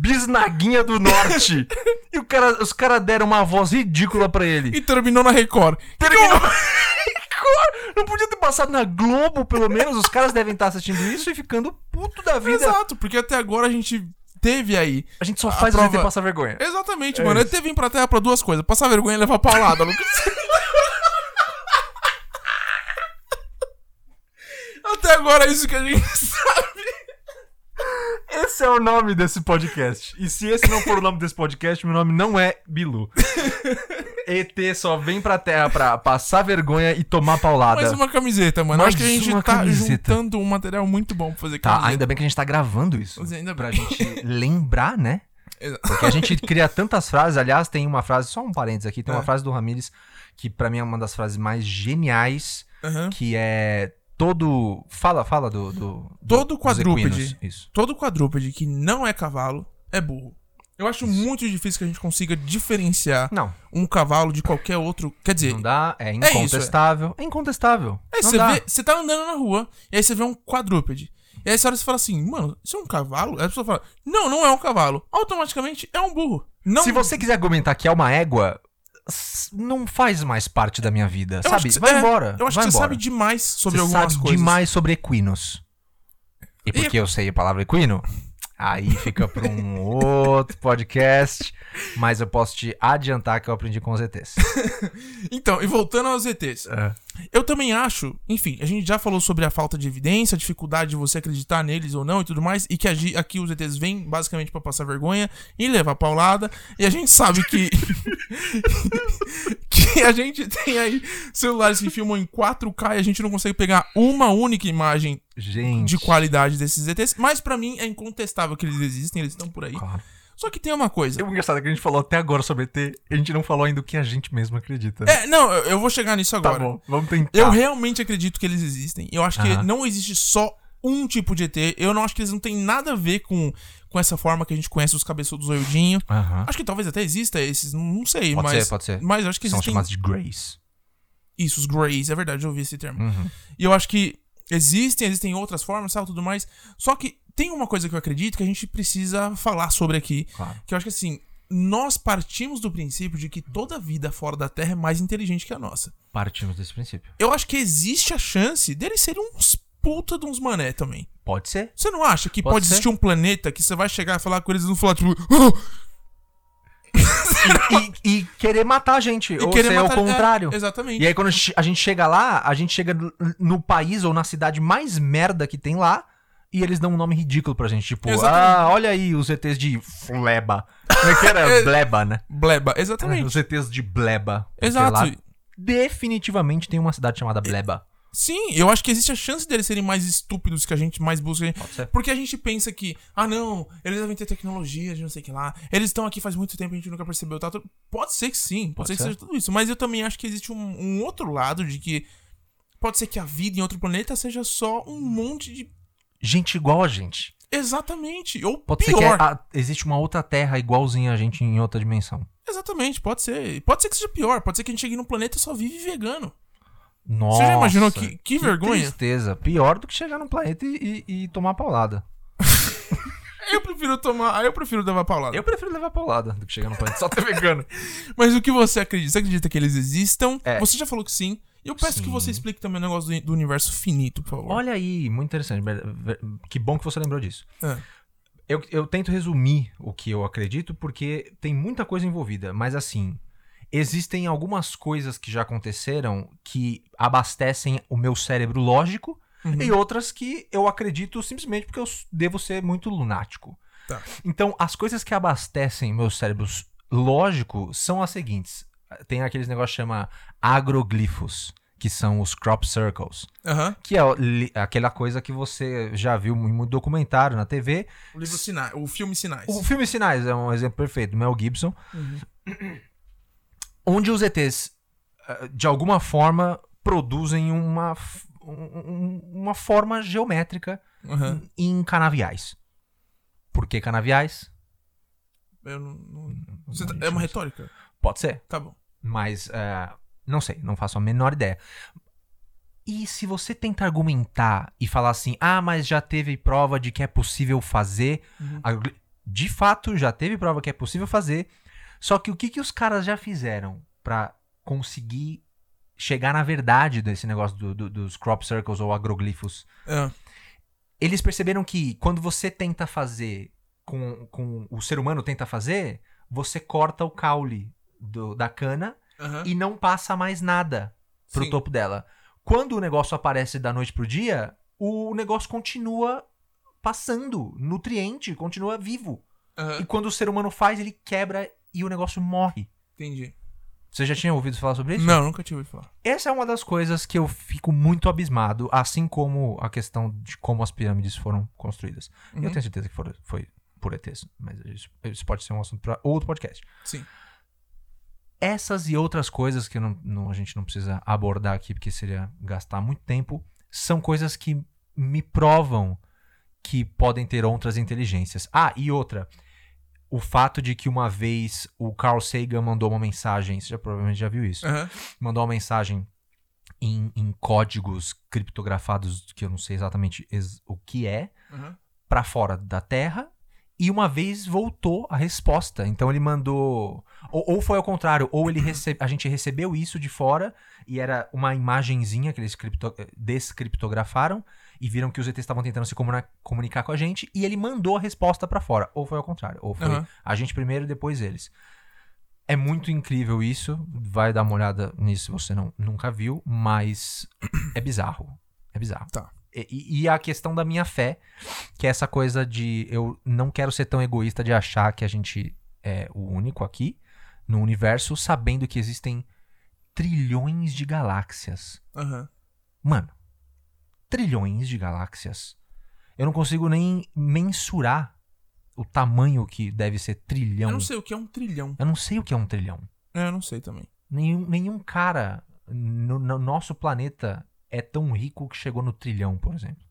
[SPEAKER 1] bisnaguinha do norte. E o cara, os caras deram uma voz ridícula pra ele.
[SPEAKER 2] E terminou na Record.
[SPEAKER 1] Terminou. Cor- Não podia ter passado na Globo, pelo menos. Os caras devem estar assistindo isso e ficando puto da vida.
[SPEAKER 2] Exato, porque até agora a gente teve aí.
[SPEAKER 1] A gente só
[SPEAKER 2] A
[SPEAKER 1] faz
[SPEAKER 2] prova-
[SPEAKER 1] o ET passar vergonha.
[SPEAKER 2] Exatamente, mano. Eu teve vir pra terra pra duas coisas: passar vergonha e levar paulada, Lucas. até agora é isso que a gente sabe.
[SPEAKER 1] Esse é o nome desse podcast. E se esse não for o nome desse podcast, meu nome não é Bilu. ET só vem pra terra pra passar vergonha e tomar paulada.
[SPEAKER 2] Mais uma camiseta, mano.
[SPEAKER 1] Mais
[SPEAKER 2] Acho que a gente
[SPEAKER 1] uma
[SPEAKER 2] tá
[SPEAKER 1] camiseta.
[SPEAKER 2] juntando um material muito bom pra fazer
[SPEAKER 1] Tá,
[SPEAKER 2] camiseta.
[SPEAKER 1] ainda bem que a gente tá gravando isso.
[SPEAKER 2] Mas ainda
[SPEAKER 1] Pra
[SPEAKER 2] bem.
[SPEAKER 1] gente lembrar, né?
[SPEAKER 2] Exato.
[SPEAKER 1] Porque a gente cria tantas frases. Aliás, tem uma frase, só um parênteses aqui, tem uma
[SPEAKER 2] É.
[SPEAKER 1] frase do Ramires que pra mim é uma das frases mais geniais,
[SPEAKER 2] Aham.
[SPEAKER 1] que é todo. Fala, fala do. do- do-
[SPEAKER 2] Todo
[SPEAKER 1] dos
[SPEAKER 2] quadrúpede.
[SPEAKER 1] equinos. Isso.
[SPEAKER 2] Todo quadrúpede que não é cavalo é burro. Eu acho muito difícil que a gente consiga diferenciar
[SPEAKER 1] Não,
[SPEAKER 2] um cavalo de qualquer outro. Quer dizer,
[SPEAKER 1] não dá, é
[SPEAKER 2] isso, é.
[SPEAKER 1] incontestável. é. incontestável.
[SPEAKER 2] aí
[SPEAKER 1] não
[SPEAKER 2] você
[SPEAKER 1] dá.
[SPEAKER 2] vê, você tá andando na rua, e aí você vê um quadrúpede. E aí você olha e você fala assim, mano, isso é um cavalo? Aí a pessoa fala, não, não é um cavalo. Automaticamente é um burro. Não,
[SPEAKER 1] Se você quiser argumentar que é uma égua, s- não faz mais parte da minha vida,
[SPEAKER 2] eu acho
[SPEAKER 1] sabe?
[SPEAKER 2] que cê-
[SPEAKER 1] Vai
[SPEAKER 2] é,
[SPEAKER 1] embora.
[SPEAKER 2] Eu acho
[SPEAKER 1] vai
[SPEAKER 2] que você
[SPEAKER 1] embora.
[SPEAKER 2] sabe demais sobre
[SPEAKER 1] Você
[SPEAKER 2] algumas
[SPEAKER 1] sabe
[SPEAKER 2] coisas.
[SPEAKER 1] demais sobre equinos. E é-
[SPEAKER 2] E-
[SPEAKER 1] porque eu sei a palavra equino, aí fica pra um outro podcast, mas eu posso te adiantar que eu aprendi com os ETs.
[SPEAKER 2] Então, e voltando aos ETs.
[SPEAKER 1] É.
[SPEAKER 2] Eu também acho, enfim, a gente já falou sobre a falta de evidência, a dificuldade de você acreditar neles ou não e tudo mais, e que agi- aqui os ETs vêm basicamente pra passar vergonha e levar paulada, e a gente sabe que. que a gente tem aí celulares que filmam em 4K e a gente não consegue pegar uma única imagem
[SPEAKER 1] Gente.
[SPEAKER 2] de qualidade desses ETs, mas pra mim é incontestável que eles existem, eles estão por aí.
[SPEAKER 1] Claro.
[SPEAKER 2] Só que tem uma coisa.
[SPEAKER 1] O engraçado é que a gente falou até agora sobre ET, a gente não falou ainda o que a gente mesmo acredita. né?
[SPEAKER 2] É, não, eu eu vou chegar nisso
[SPEAKER 1] tá
[SPEAKER 2] agora.
[SPEAKER 1] bom, vamos tentar.
[SPEAKER 2] Eu realmente acredito que eles existem. Eu acho que
[SPEAKER 1] Aham.
[SPEAKER 2] não existe só um tipo de ET. Eu não acho que eles não têm nada a ver com, com essa forma que a gente conhece os cabeçudos oiudinho.
[SPEAKER 1] Aham.
[SPEAKER 2] Acho que talvez até exista esses, não não sei,
[SPEAKER 1] Pode
[SPEAKER 2] mas.
[SPEAKER 1] ser, pode ser.
[SPEAKER 2] Mas eu acho que
[SPEAKER 1] São
[SPEAKER 2] existem
[SPEAKER 1] chamados de Grays.
[SPEAKER 2] isso, os Greys, é verdade, eu ouvi esse termo.
[SPEAKER 1] Uhum.
[SPEAKER 2] E eu acho que existem, existem outras formas, tal, tudo mais. Só que tem uma coisa que eu acredito que a gente precisa falar sobre aqui,
[SPEAKER 1] Claro.
[SPEAKER 2] que eu acho que assim, nós partimos do princípio de que toda vida fora da Terra é mais inteligente que a nossa.
[SPEAKER 1] Partimos desse princípio.
[SPEAKER 2] Eu acho que existe a chance deles serem uns puta de uns mané também.
[SPEAKER 1] Pode ser.
[SPEAKER 2] Você não acha que
[SPEAKER 1] Pode
[SPEAKER 2] pode,
[SPEAKER 1] ser.
[SPEAKER 2] existir um planeta que você vai chegar a falar com eles e não falar tipo, "Ah!"
[SPEAKER 1] E, e querer matar a gente.
[SPEAKER 2] e
[SPEAKER 1] ou
[SPEAKER 2] querer
[SPEAKER 1] ser
[SPEAKER 2] matar
[SPEAKER 1] ao contrário.
[SPEAKER 2] É, exatamente.
[SPEAKER 1] E aí, quando che- a gente chega lá, a gente chega no- no país ou na cidade mais merda que tem lá, e eles dão um nome ridículo pra gente. Tipo,
[SPEAKER 2] Exatamente.
[SPEAKER 1] ah, olha aí os ETs de Fleba. Como é que era? Bleba, né?
[SPEAKER 2] Bleba, exatamente.
[SPEAKER 1] Os ETs de Bleba. Porque
[SPEAKER 2] Exato.
[SPEAKER 1] lá definitivamente tem uma cidade chamada Bleba.
[SPEAKER 2] Sim, eu acho que existe a chance deles serem mais estúpidos que a gente mais busca.
[SPEAKER 1] Pode ser.
[SPEAKER 2] Porque a gente pensa que, ah não, eles devem ter tecnologia de não sei o que lá, eles estão aqui faz muito tempo, a gente nunca percebeu, tá? tudo- Pode ser que sim,
[SPEAKER 1] Pode
[SPEAKER 2] pode, ser,
[SPEAKER 1] ser.
[SPEAKER 2] que seja tudo isso, mas eu também acho que existe um, um outro lado de que pode ser que a vida em outro planeta seja só um monte de.
[SPEAKER 1] Gente igual a gente.
[SPEAKER 2] Exatamente, ou
[SPEAKER 1] Pode
[SPEAKER 2] pior.
[SPEAKER 1] ser que a- existe uma outra terra igualzinha a gente em outra dimensão.
[SPEAKER 2] Exatamente, pode ser. Pode ser que seja pior, pode ser que a gente chegue num planeta e só vive vegano.
[SPEAKER 1] Nossa.
[SPEAKER 2] já imaginou que- que vergonha?
[SPEAKER 1] tristeza. Pior do que chegar num planeta e, e- e tomar paulada.
[SPEAKER 2] Eu prefiro tomar. Aí eu prefiro dar uma paulada.
[SPEAKER 1] Eu prefiro levar paulada do que chegar num planeta só ter vegano.
[SPEAKER 2] Mas o que você acredita? Você acredita que eles existam?
[SPEAKER 1] É.
[SPEAKER 2] Você já falou que sim. E eu peço
[SPEAKER 1] Sim.
[SPEAKER 2] que você explique também o negócio do, do universo finito, por favor.
[SPEAKER 1] Olha aí, muito interessante. ver- ver- Que bom que você lembrou disso.
[SPEAKER 2] Ah.
[SPEAKER 1] Eu, eu tento resumir o que eu acredito, porque tem muita coisa envolvida, mas assim, existem algumas coisas que já aconteceram que abastecem o meu cérebro lógico
[SPEAKER 2] Uhum.
[SPEAKER 1] e outras que eu acredito simplesmente porque eu s- devo ser muito lunático.
[SPEAKER 2] Tá.
[SPEAKER 1] Então, as coisas que abastecem meus cérebros lógico são as seguintes. Tem aqueles negócios que chama agroglifos, que são os crop circles.
[SPEAKER 2] Aham.
[SPEAKER 1] Que é o li- aquela coisa que você já viu em muito documentário na TV.
[SPEAKER 2] O livro Sinais. O filme Sinais.
[SPEAKER 1] O filme Sinais é um exemplo perfeito, do Mel Gibson.
[SPEAKER 2] Uhum.
[SPEAKER 1] Onde os ETs, ah, de alguma forma, produzem uma, f- um- um- uma forma geométrica
[SPEAKER 2] Aham.
[SPEAKER 1] em canaviais. Por que canaviais?
[SPEAKER 2] Eu não. não- Você tá- É uma retórica?
[SPEAKER 1] Pode ser.
[SPEAKER 2] Tá bom.
[SPEAKER 1] Mas é, não sei, não faço a menor ideia. E se você tenta argumentar e falar assim, ah, mas já teve prova de que é possível fazer.
[SPEAKER 2] Uhum.
[SPEAKER 1] agro- De fato, já teve prova que é possível fazer. Só que o que, que os caras já fizeram pra conseguir chegar na verdade desse negócio do- do- dos crop circles ou agroglifos?
[SPEAKER 2] Ah,
[SPEAKER 1] eles perceberam que quando você tenta fazer com, com o ser humano tenta fazer, você corta o caule do- da cana
[SPEAKER 2] Aham.
[SPEAKER 1] e não passa mais nada pro
[SPEAKER 2] Sim.
[SPEAKER 1] topo dela. Quando o negócio aparece da noite pro dia, o negócio continua passando nutriente, continua vivo. E
[SPEAKER 2] Aham.
[SPEAKER 1] quando o ser humano faz, ele quebra e o negócio morre.
[SPEAKER 2] Entendi.
[SPEAKER 1] Você já tinha ouvido falar sobre isso?
[SPEAKER 2] Não, nunca tive ouvido falar.
[SPEAKER 1] Essa é uma das coisas que eu fico muito abismado, assim como a questão de como as pirâmides foram construídas.
[SPEAKER 2] Uhum.
[SPEAKER 1] Eu tenho certeza que foram- foi por ETs, mas isso, isso pode ser um assunto para outro podcast.
[SPEAKER 2] Sim.
[SPEAKER 1] Essas e outras coisas que eu não- não- a gente não precisa abordar aqui, porque seria gastar muito tempo, são coisas que me provam que podem ter outras inteligências. Ah, e outra. O fato de que uma vez o Carl Sagan mandou uma mensagem, você já, provavelmente já viu isso
[SPEAKER 2] Aham.
[SPEAKER 1] mandou uma mensagem em, em códigos criptografados que eu não sei exatamente ex- o que é
[SPEAKER 2] Aham.
[SPEAKER 1] pra fora da Terra e uma vez voltou a resposta. Então ele mandou ou, ou foi ao contrário, ou ele rece... a gente recebeu isso de fora e era uma imagenzinha que eles cripto... descriptografaram e viram que os ETs estavam tentando se comuna- comunicar com a gente e ele mandou a resposta pra fora, ou foi ao contrário, ou foi
[SPEAKER 2] Aham.
[SPEAKER 1] a gente primeiro depois eles. É muito incrível isso, vai dar uma olhada nisso se você não, nunca viu, mas é bizarro. É bizarro.
[SPEAKER 2] Tá.
[SPEAKER 1] E, e a questão da minha fé, que é essa coisa de eu não quero ser tão egoísta de achar que a gente é o único aqui no universo, sabendo que existem trilhões de galáxias.
[SPEAKER 2] Aham.
[SPEAKER 1] Mano, trilhões de galáxias. Eu não consigo nem mensurar o tamanho que deve ser trilhão.
[SPEAKER 2] Eu não sei o que é um trilhão.
[SPEAKER 1] Eu não sei o que é um trilhão.
[SPEAKER 2] É, eu não sei também.
[SPEAKER 1] Nenhum, nenhum cara no, no nosso planeta é tão rico que chegou no trilhão, por exemplo.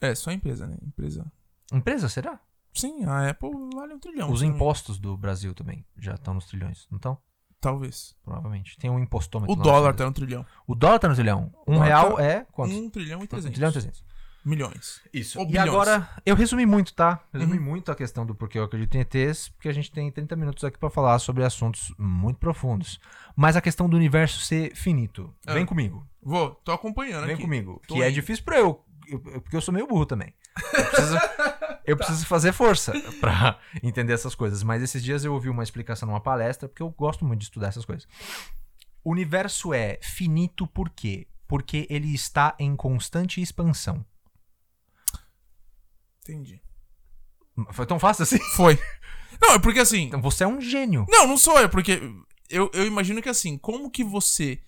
[SPEAKER 2] É, só a empresa, né? Empresa.
[SPEAKER 1] Empresa, será?
[SPEAKER 2] Sim, a Apple vale um trilhão.
[SPEAKER 1] Os
[SPEAKER 2] também,
[SPEAKER 1] impostos do Brasil também já estão nos trilhões, não estão?
[SPEAKER 2] Talvez.
[SPEAKER 1] Provavelmente. Tem um impostômetro.
[SPEAKER 2] O
[SPEAKER 1] lá no
[SPEAKER 2] dólar
[SPEAKER 1] Brasil.
[SPEAKER 2] tá um trilhão.
[SPEAKER 1] O dólar tá no trilhão. Um
[SPEAKER 2] dólar
[SPEAKER 1] real
[SPEAKER 2] tá-
[SPEAKER 1] é quanto?
[SPEAKER 2] Um trilhão e
[SPEAKER 1] Um
[SPEAKER 2] trezentos.
[SPEAKER 1] trilhão e trezentos.
[SPEAKER 2] Milhões.
[SPEAKER 1] Isso.
[SPEAKER 2] Ou
[SPEAKER 1] e
[SPEAKER 2] bilhões. Uhum.
[SPEAKER 1] agora, eu resumi muito, tá? Resumi muito a questão do porquê eu acredito em ETs, porque a gente tem 30 minutos aqui pra falar sobre assuntos muito profundos. Mas a questão do universo ser finito.
[SPEAKER 2] Ah.
[SPEAKER 1] Vem comigo.
[SPEAKER 2] Vou, tô acompanhando
[SPEAKER 1] Vem
[SPEAKER 2] aqui.
[SPEAKER 1] comigo.
[SPEAKER 2] Tô
[SPEAKER 1] que é
[SPEAKER 2] indo.
[SPEAKER 1] difícil pra eu, eu- eu- porque eu sou meio burro também. Eu preciso, eu
[SPEAKER 2] Tá.
[SPEAKER 1] preciso fazer força pra entender essas coisas. Mas esses dias eu ouvi uma explicação numa palestra, porque eu gosto muito de estudar essas coisas. O universo é finito por quê? Porque ele está em constante expansão.
[SPEAKER 2] Entendi.
[SPEAKER 1] Foi tão fácil assim?
[SPEAKER 2] Foi. Não, é porque assim.
[SPEAKER 1] Então você é um gênio.
[SPEAKER 2] Não, não sou eu, porque eu, eu imagino que assim, como que você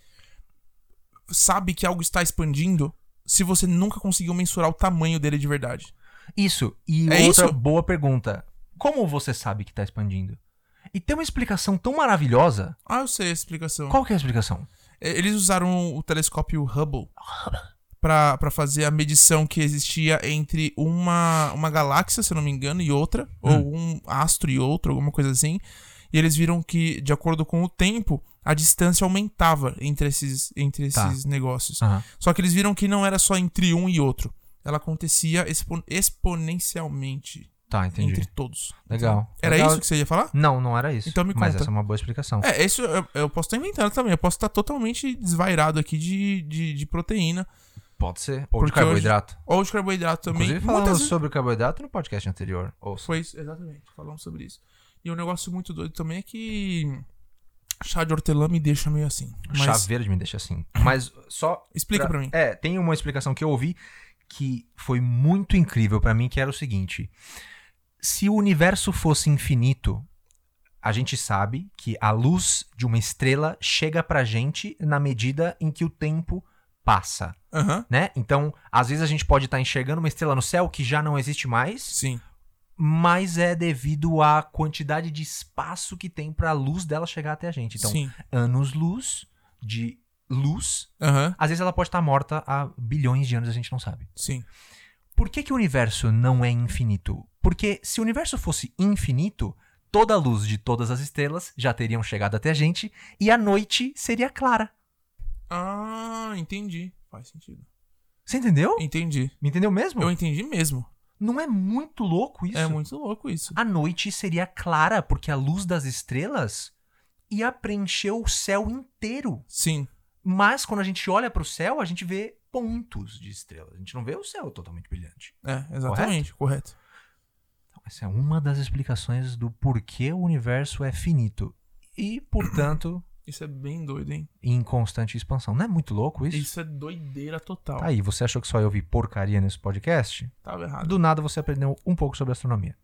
[SPEAKER 2] sabe que algo está expandindo se você nunca conseguiu mensurar o tamanho dele de verdade?
[SPEAKER 1] Isso. E
[SPEAKER 2] É
[SPEAKER 1] outra
[SPEAKER 2] isso?
[SPEAKER 1] boa pergunta. Como você sabe que tá expandindo? E tem uma explicação tão maravilhosa.
[SPEAKER 2] Ah, eu sei a explicação.
[SPEAKER 1] Qual que é a explicação?
[SPEAKER 2] É, Eles usaram o telescópio Hubble pra pra fazer a medição que existia entre uma, uma galáxia, se eu não me engano, e outra, ou
[SPEAKER 1] Hum.
[SPEAKER 2] um astro e outro, alguma coisa assim. E eles viram que, de acordo com o tempo, a distância aumentava entre esses, entre esses
[SPEAKER 1] Tá.
[SPEAKER 2] negócios. Só que eles viram que não era só entre um e outro. Ela acontecia expo- exponencialmente
[SPEAKER 1] Tá, entendi.
[SPEAKER 2] entre todos.
[SPEAKER 1] Legal.
[SPEAKER 2] Era
[SPEAKER 1] Legal.
[SPEAKER 2] isso que você ia falar?
[SPEAKER 1] Não, não era isso.
[SPEAKER 2] Então me
[SPEAKER 1] Mas
[SPEAKER 2] conta.
[SPEAKER 1] essa é uma boa explicação.
[SPEAKER 2] É, isso eu, eu posso estar inventando também. Eu posso estar totalmente desvairado aqui de, de, de proteína.
[SPEAKER 1] Pode ser. Ou de
[SPEAKER 2] Porque hoje-
[SPEAKER 1] carboidrato.
[SPEAKER 2] Ou de carboidrato também.
[SPEAKER 1] Inclusive falamos
[SPEAKER 2] vezes
[SPEAKER 1] sobre carboidrato no podcast anterior. Ouça.
[SPEAKER 2] Foi isso, exatamente. Falamos sobre isso. E um negócio muito doido também é que chá de hortelã me deixa meio assim. Mas
[SPEAKER 1] Chá verde me deixa assim. Mas só
[SPEAKER 2] explica pra, mim.
[SPEAKER 1] É, tem uma explicação que eu ouvi que foi muito incrível pra mim, que era o seguinte: se o universo fosse infinito, a gente sabe que a luz de uma estrela chega pra gente na medida em que o tempo passa,
[SPEAKER 2] Aham.
[SPEAKER 1] né? Então, às vezes a gente pode estar enxergando uma estrela no céu que já não existe mais,
[SPEAKER 2] Sim.
[SPEAKER 1] mas é devido à quantidade de espaço que tem pra luz dela chegar até a gente. Então,
[SPEAKER 2] sim.
[SPEAKER 1] anos-luz de luz
[SPEAKER 2] Aham.
[SPEAKER 1] às vezes ela pode estar morta há bilhões de anos, a gente não sabe.
[SPEAKER 2] Sim.
[SPEAKER 1] Por que, que o universo não é infinito? Porque se o universo fosse infinito, toda a luz de todas as estrelas já teriam chegado até a gente e a noite seria clara.
[SPEAKER 2] Ah, entendi. Faz sentido.
[SPEAKER 1] Você entendeu?
[SPEAKER 2] Entendi.
[SPEAKER 1] Me entendeu mesmo?
[SPEAKER 2] Eu entendi mesmo.
[SPEAKER 1] Não é muito louco isso?
[SPEAKER 2] É muito louco isso.
[SPEAKER 1] A noite seria clara porque a luz das estrelas ia preencher o céu inteiro.
[SPEAKER 2] Sim.
[SPEAKER 1] Mas quando a gente olha para o céu, a gente vê pontos de estrelas. A gente não vê o céu totalmente brilhante.
[SPEAKER 2] É, exatamente. Correto.
[SPEAKER 1] Essa é uma das explicações do porquê o universo é finito e, portanto,
[SPEAKER 2] Isso é bem doido, hein?
[SPEAKER 1] em constante expansão. Não é muito louco isso?
[SPEAKER 2] Isso é doideira total.
[SPEAKER 1] Tá aí, você achou que só eu vi porcaria nesse podcast?
[SPEAKER 2] Tava errado.
[SPEAKER 1] Do nada você aprendeu um pouco sobre astronomia.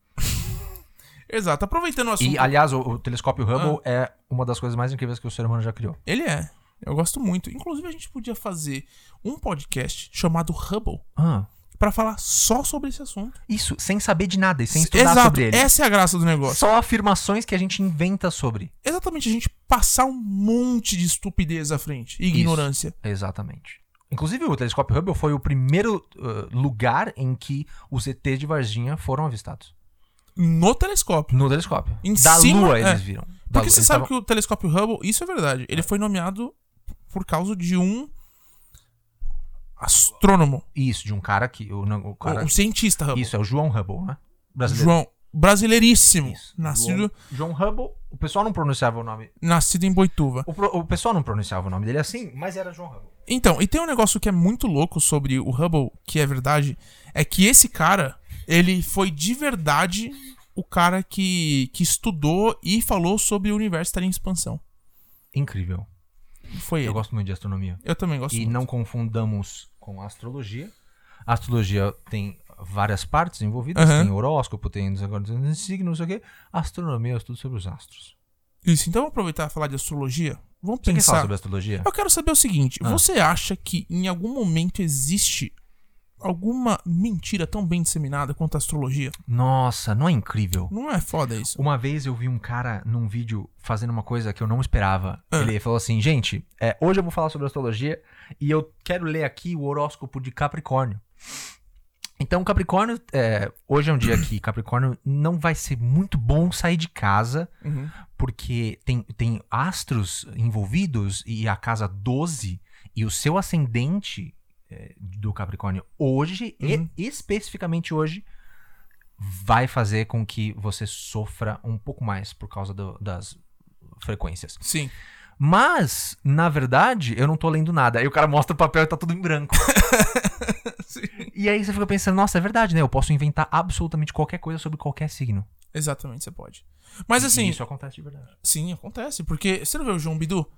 [SPEAKER 2] Exato. Aproveitando o assunto.
[SPEAKER 1] E, aliás, o, o telescópio Hubble é uma das coisas mais incríveis que o ser humano já criou.
[SPEAKER 2] Ele é. Eu gosto muito. Inclusive, a gente podia fazer um podcast chamado Hubble
[SPEAKER 1] Ah,
[SPEAKER 2] pra falar só sobre esse assunto.
[SPEAKER 1] isso, sem saber de nada e sem estudar
[SPEAKER 2] Exato.
[SPEAKER 1] sobre ele.
[SPEAKER 2] Essa é a graça do negócio.
[SPEAKER 1] Só afirmações que a gente inventa sobre.
[SPEAKER 2] Exatamente, a gente passar um monte de estupidez à frente. E ignorância.
[SPEAKER 1] Exatamente. Inclusive, o telescópio Hubble foi o primeiro uh, lugar em que os ETs de Varginha foram avistados.
[SPEAKER 2] No telescópio.
[SPEAKER 1] No telescópio.
[SPEAKER 2] Em
[SPEAKER 1] da
[SPEAKER 2] cima,
[SPEAKER 1] Lua
[SPEAKER 2] é.
[SPEAKER 1] eles viram. Da
[SPEAKER 2] Porque
[SPEAKER 1] Lua.
[SPEAKER 2] você
[SPEAKER 1] Eles
[SPEAKER 2] sabe
[SPEAKER 1] tavam-
[SPEAKER 2] que o telescópio Hubble, isso é verdade, ele foi nomeado por causa de um astrônomo,
[SPEAKER 1] Isso, de um cara que... O, não, o cara...
[SPEAKER 2] um cientista Hubble.
[SPEAKER 1] Isso, é o João Hubble, né? Brasileiro.
[SPEAKER 2] João, brasileiríssimo,
[SPEAKER 1] Isso.
[SPEAKER 2] nascido,
[SPEAKER 1] João Hubble. O pessoal não pronunciava o nome...
[SPEAKER 2] nascido em Boituva.
[SPEAKER 1] O, pro- o pessoal não pronunciava o nome dele assim, mas era João Hubble.
[SPEAKER 2] Então, e tem um negócio que é muito louco sobre o Hubble, que é verdade, é que esse cara, ele foi de verdade o cara que, que estudou e falou sobre o universo estar em expansão.
[SPEAKER 1] Incrível.
[SPEAKER 2] Foi ele.
[SPEAKER 1] Eu
[SPEAKER 2] Eu,
[SPEAKER 1] gosto muito de astronomia.
[SPEAKER 2] também gosto.
[SPEAKER 1] E
[SPEAKER 2] muito.
[SPEAKER 1] não confundamos com a astrologia. A astrologia tem várias partes envolvidas.
[SPEAKER 2] Aham.
[SPEAKER 1] Tem horóscopo, tem não sei o que, não sei o que, não sei o que. Astronomia é o estudo sobre os astros.
[SPEAKER 2] Isso, então vamos aproveitar e falar de astrologia. Vamos
[SPEAKER 1] Você quer falar
[SPEAKER 2] pensar.
[SPEAKER 1] sobre astrologia?
[SPEAKER 2] Eu quero saber o seguinte,
[SPEAKER 1] Ah.
[SPEAKER 2] você acha que em algum momento existe alguma mentira tão bem disseminada quanto a astrologia?
[SPEAKER 1] Nossa, não é incrível?
[SPEAKER 2] Não é foda isso?
[SPEAKER 1] Uma vez eu vi um cara num vídeo fazendo uma coisa que eu não esperava.
[SPEAKER 2] Ah.
[SPEAKER 1] Ele falou assim: gente, é, hoje eu vou falar sobre astrologia e eu quero ler aqui o horóscopo de Capricórnio. Então, Capricórnio, é, hoje é um dia que Capricórnio não vai ser muito bom sair de casa,
[SPEAKER 2] Uhum.
[SPEAKER 1] porque tem, tem astros envolvidos e a casa 12 e o seu ascendente é, do Capricórnio hoje,
[SPEAKER 2] Uhum.
[SPEAKER 1] e especificamente hoje, vai fazer com que você sofra um pouco mais por causa do- das frequências.
[SPEAKER 2] Sim.
[SPEAKER 1] Mas, na verdade, eu não tô lendo nada. Aí o cara mostra o papel e tá tudo em branco.
[SPEAKER 2] Sim.
[SPEAKER 1] E aí você fica pensando, nossa, é verdade, né? Eu posso inventar absolutamente qualquer coisa sobre qualquer signo.
[SPEAKER 2] Exatamente, você pode. Mas
[SPEAKER 1] E-
[SPEAKER 2] assim,
[SPEAKER 1] e isso acontece de verdade.
[SPEAKER 2] sim, acontece. Porque você não vê o João Bidu?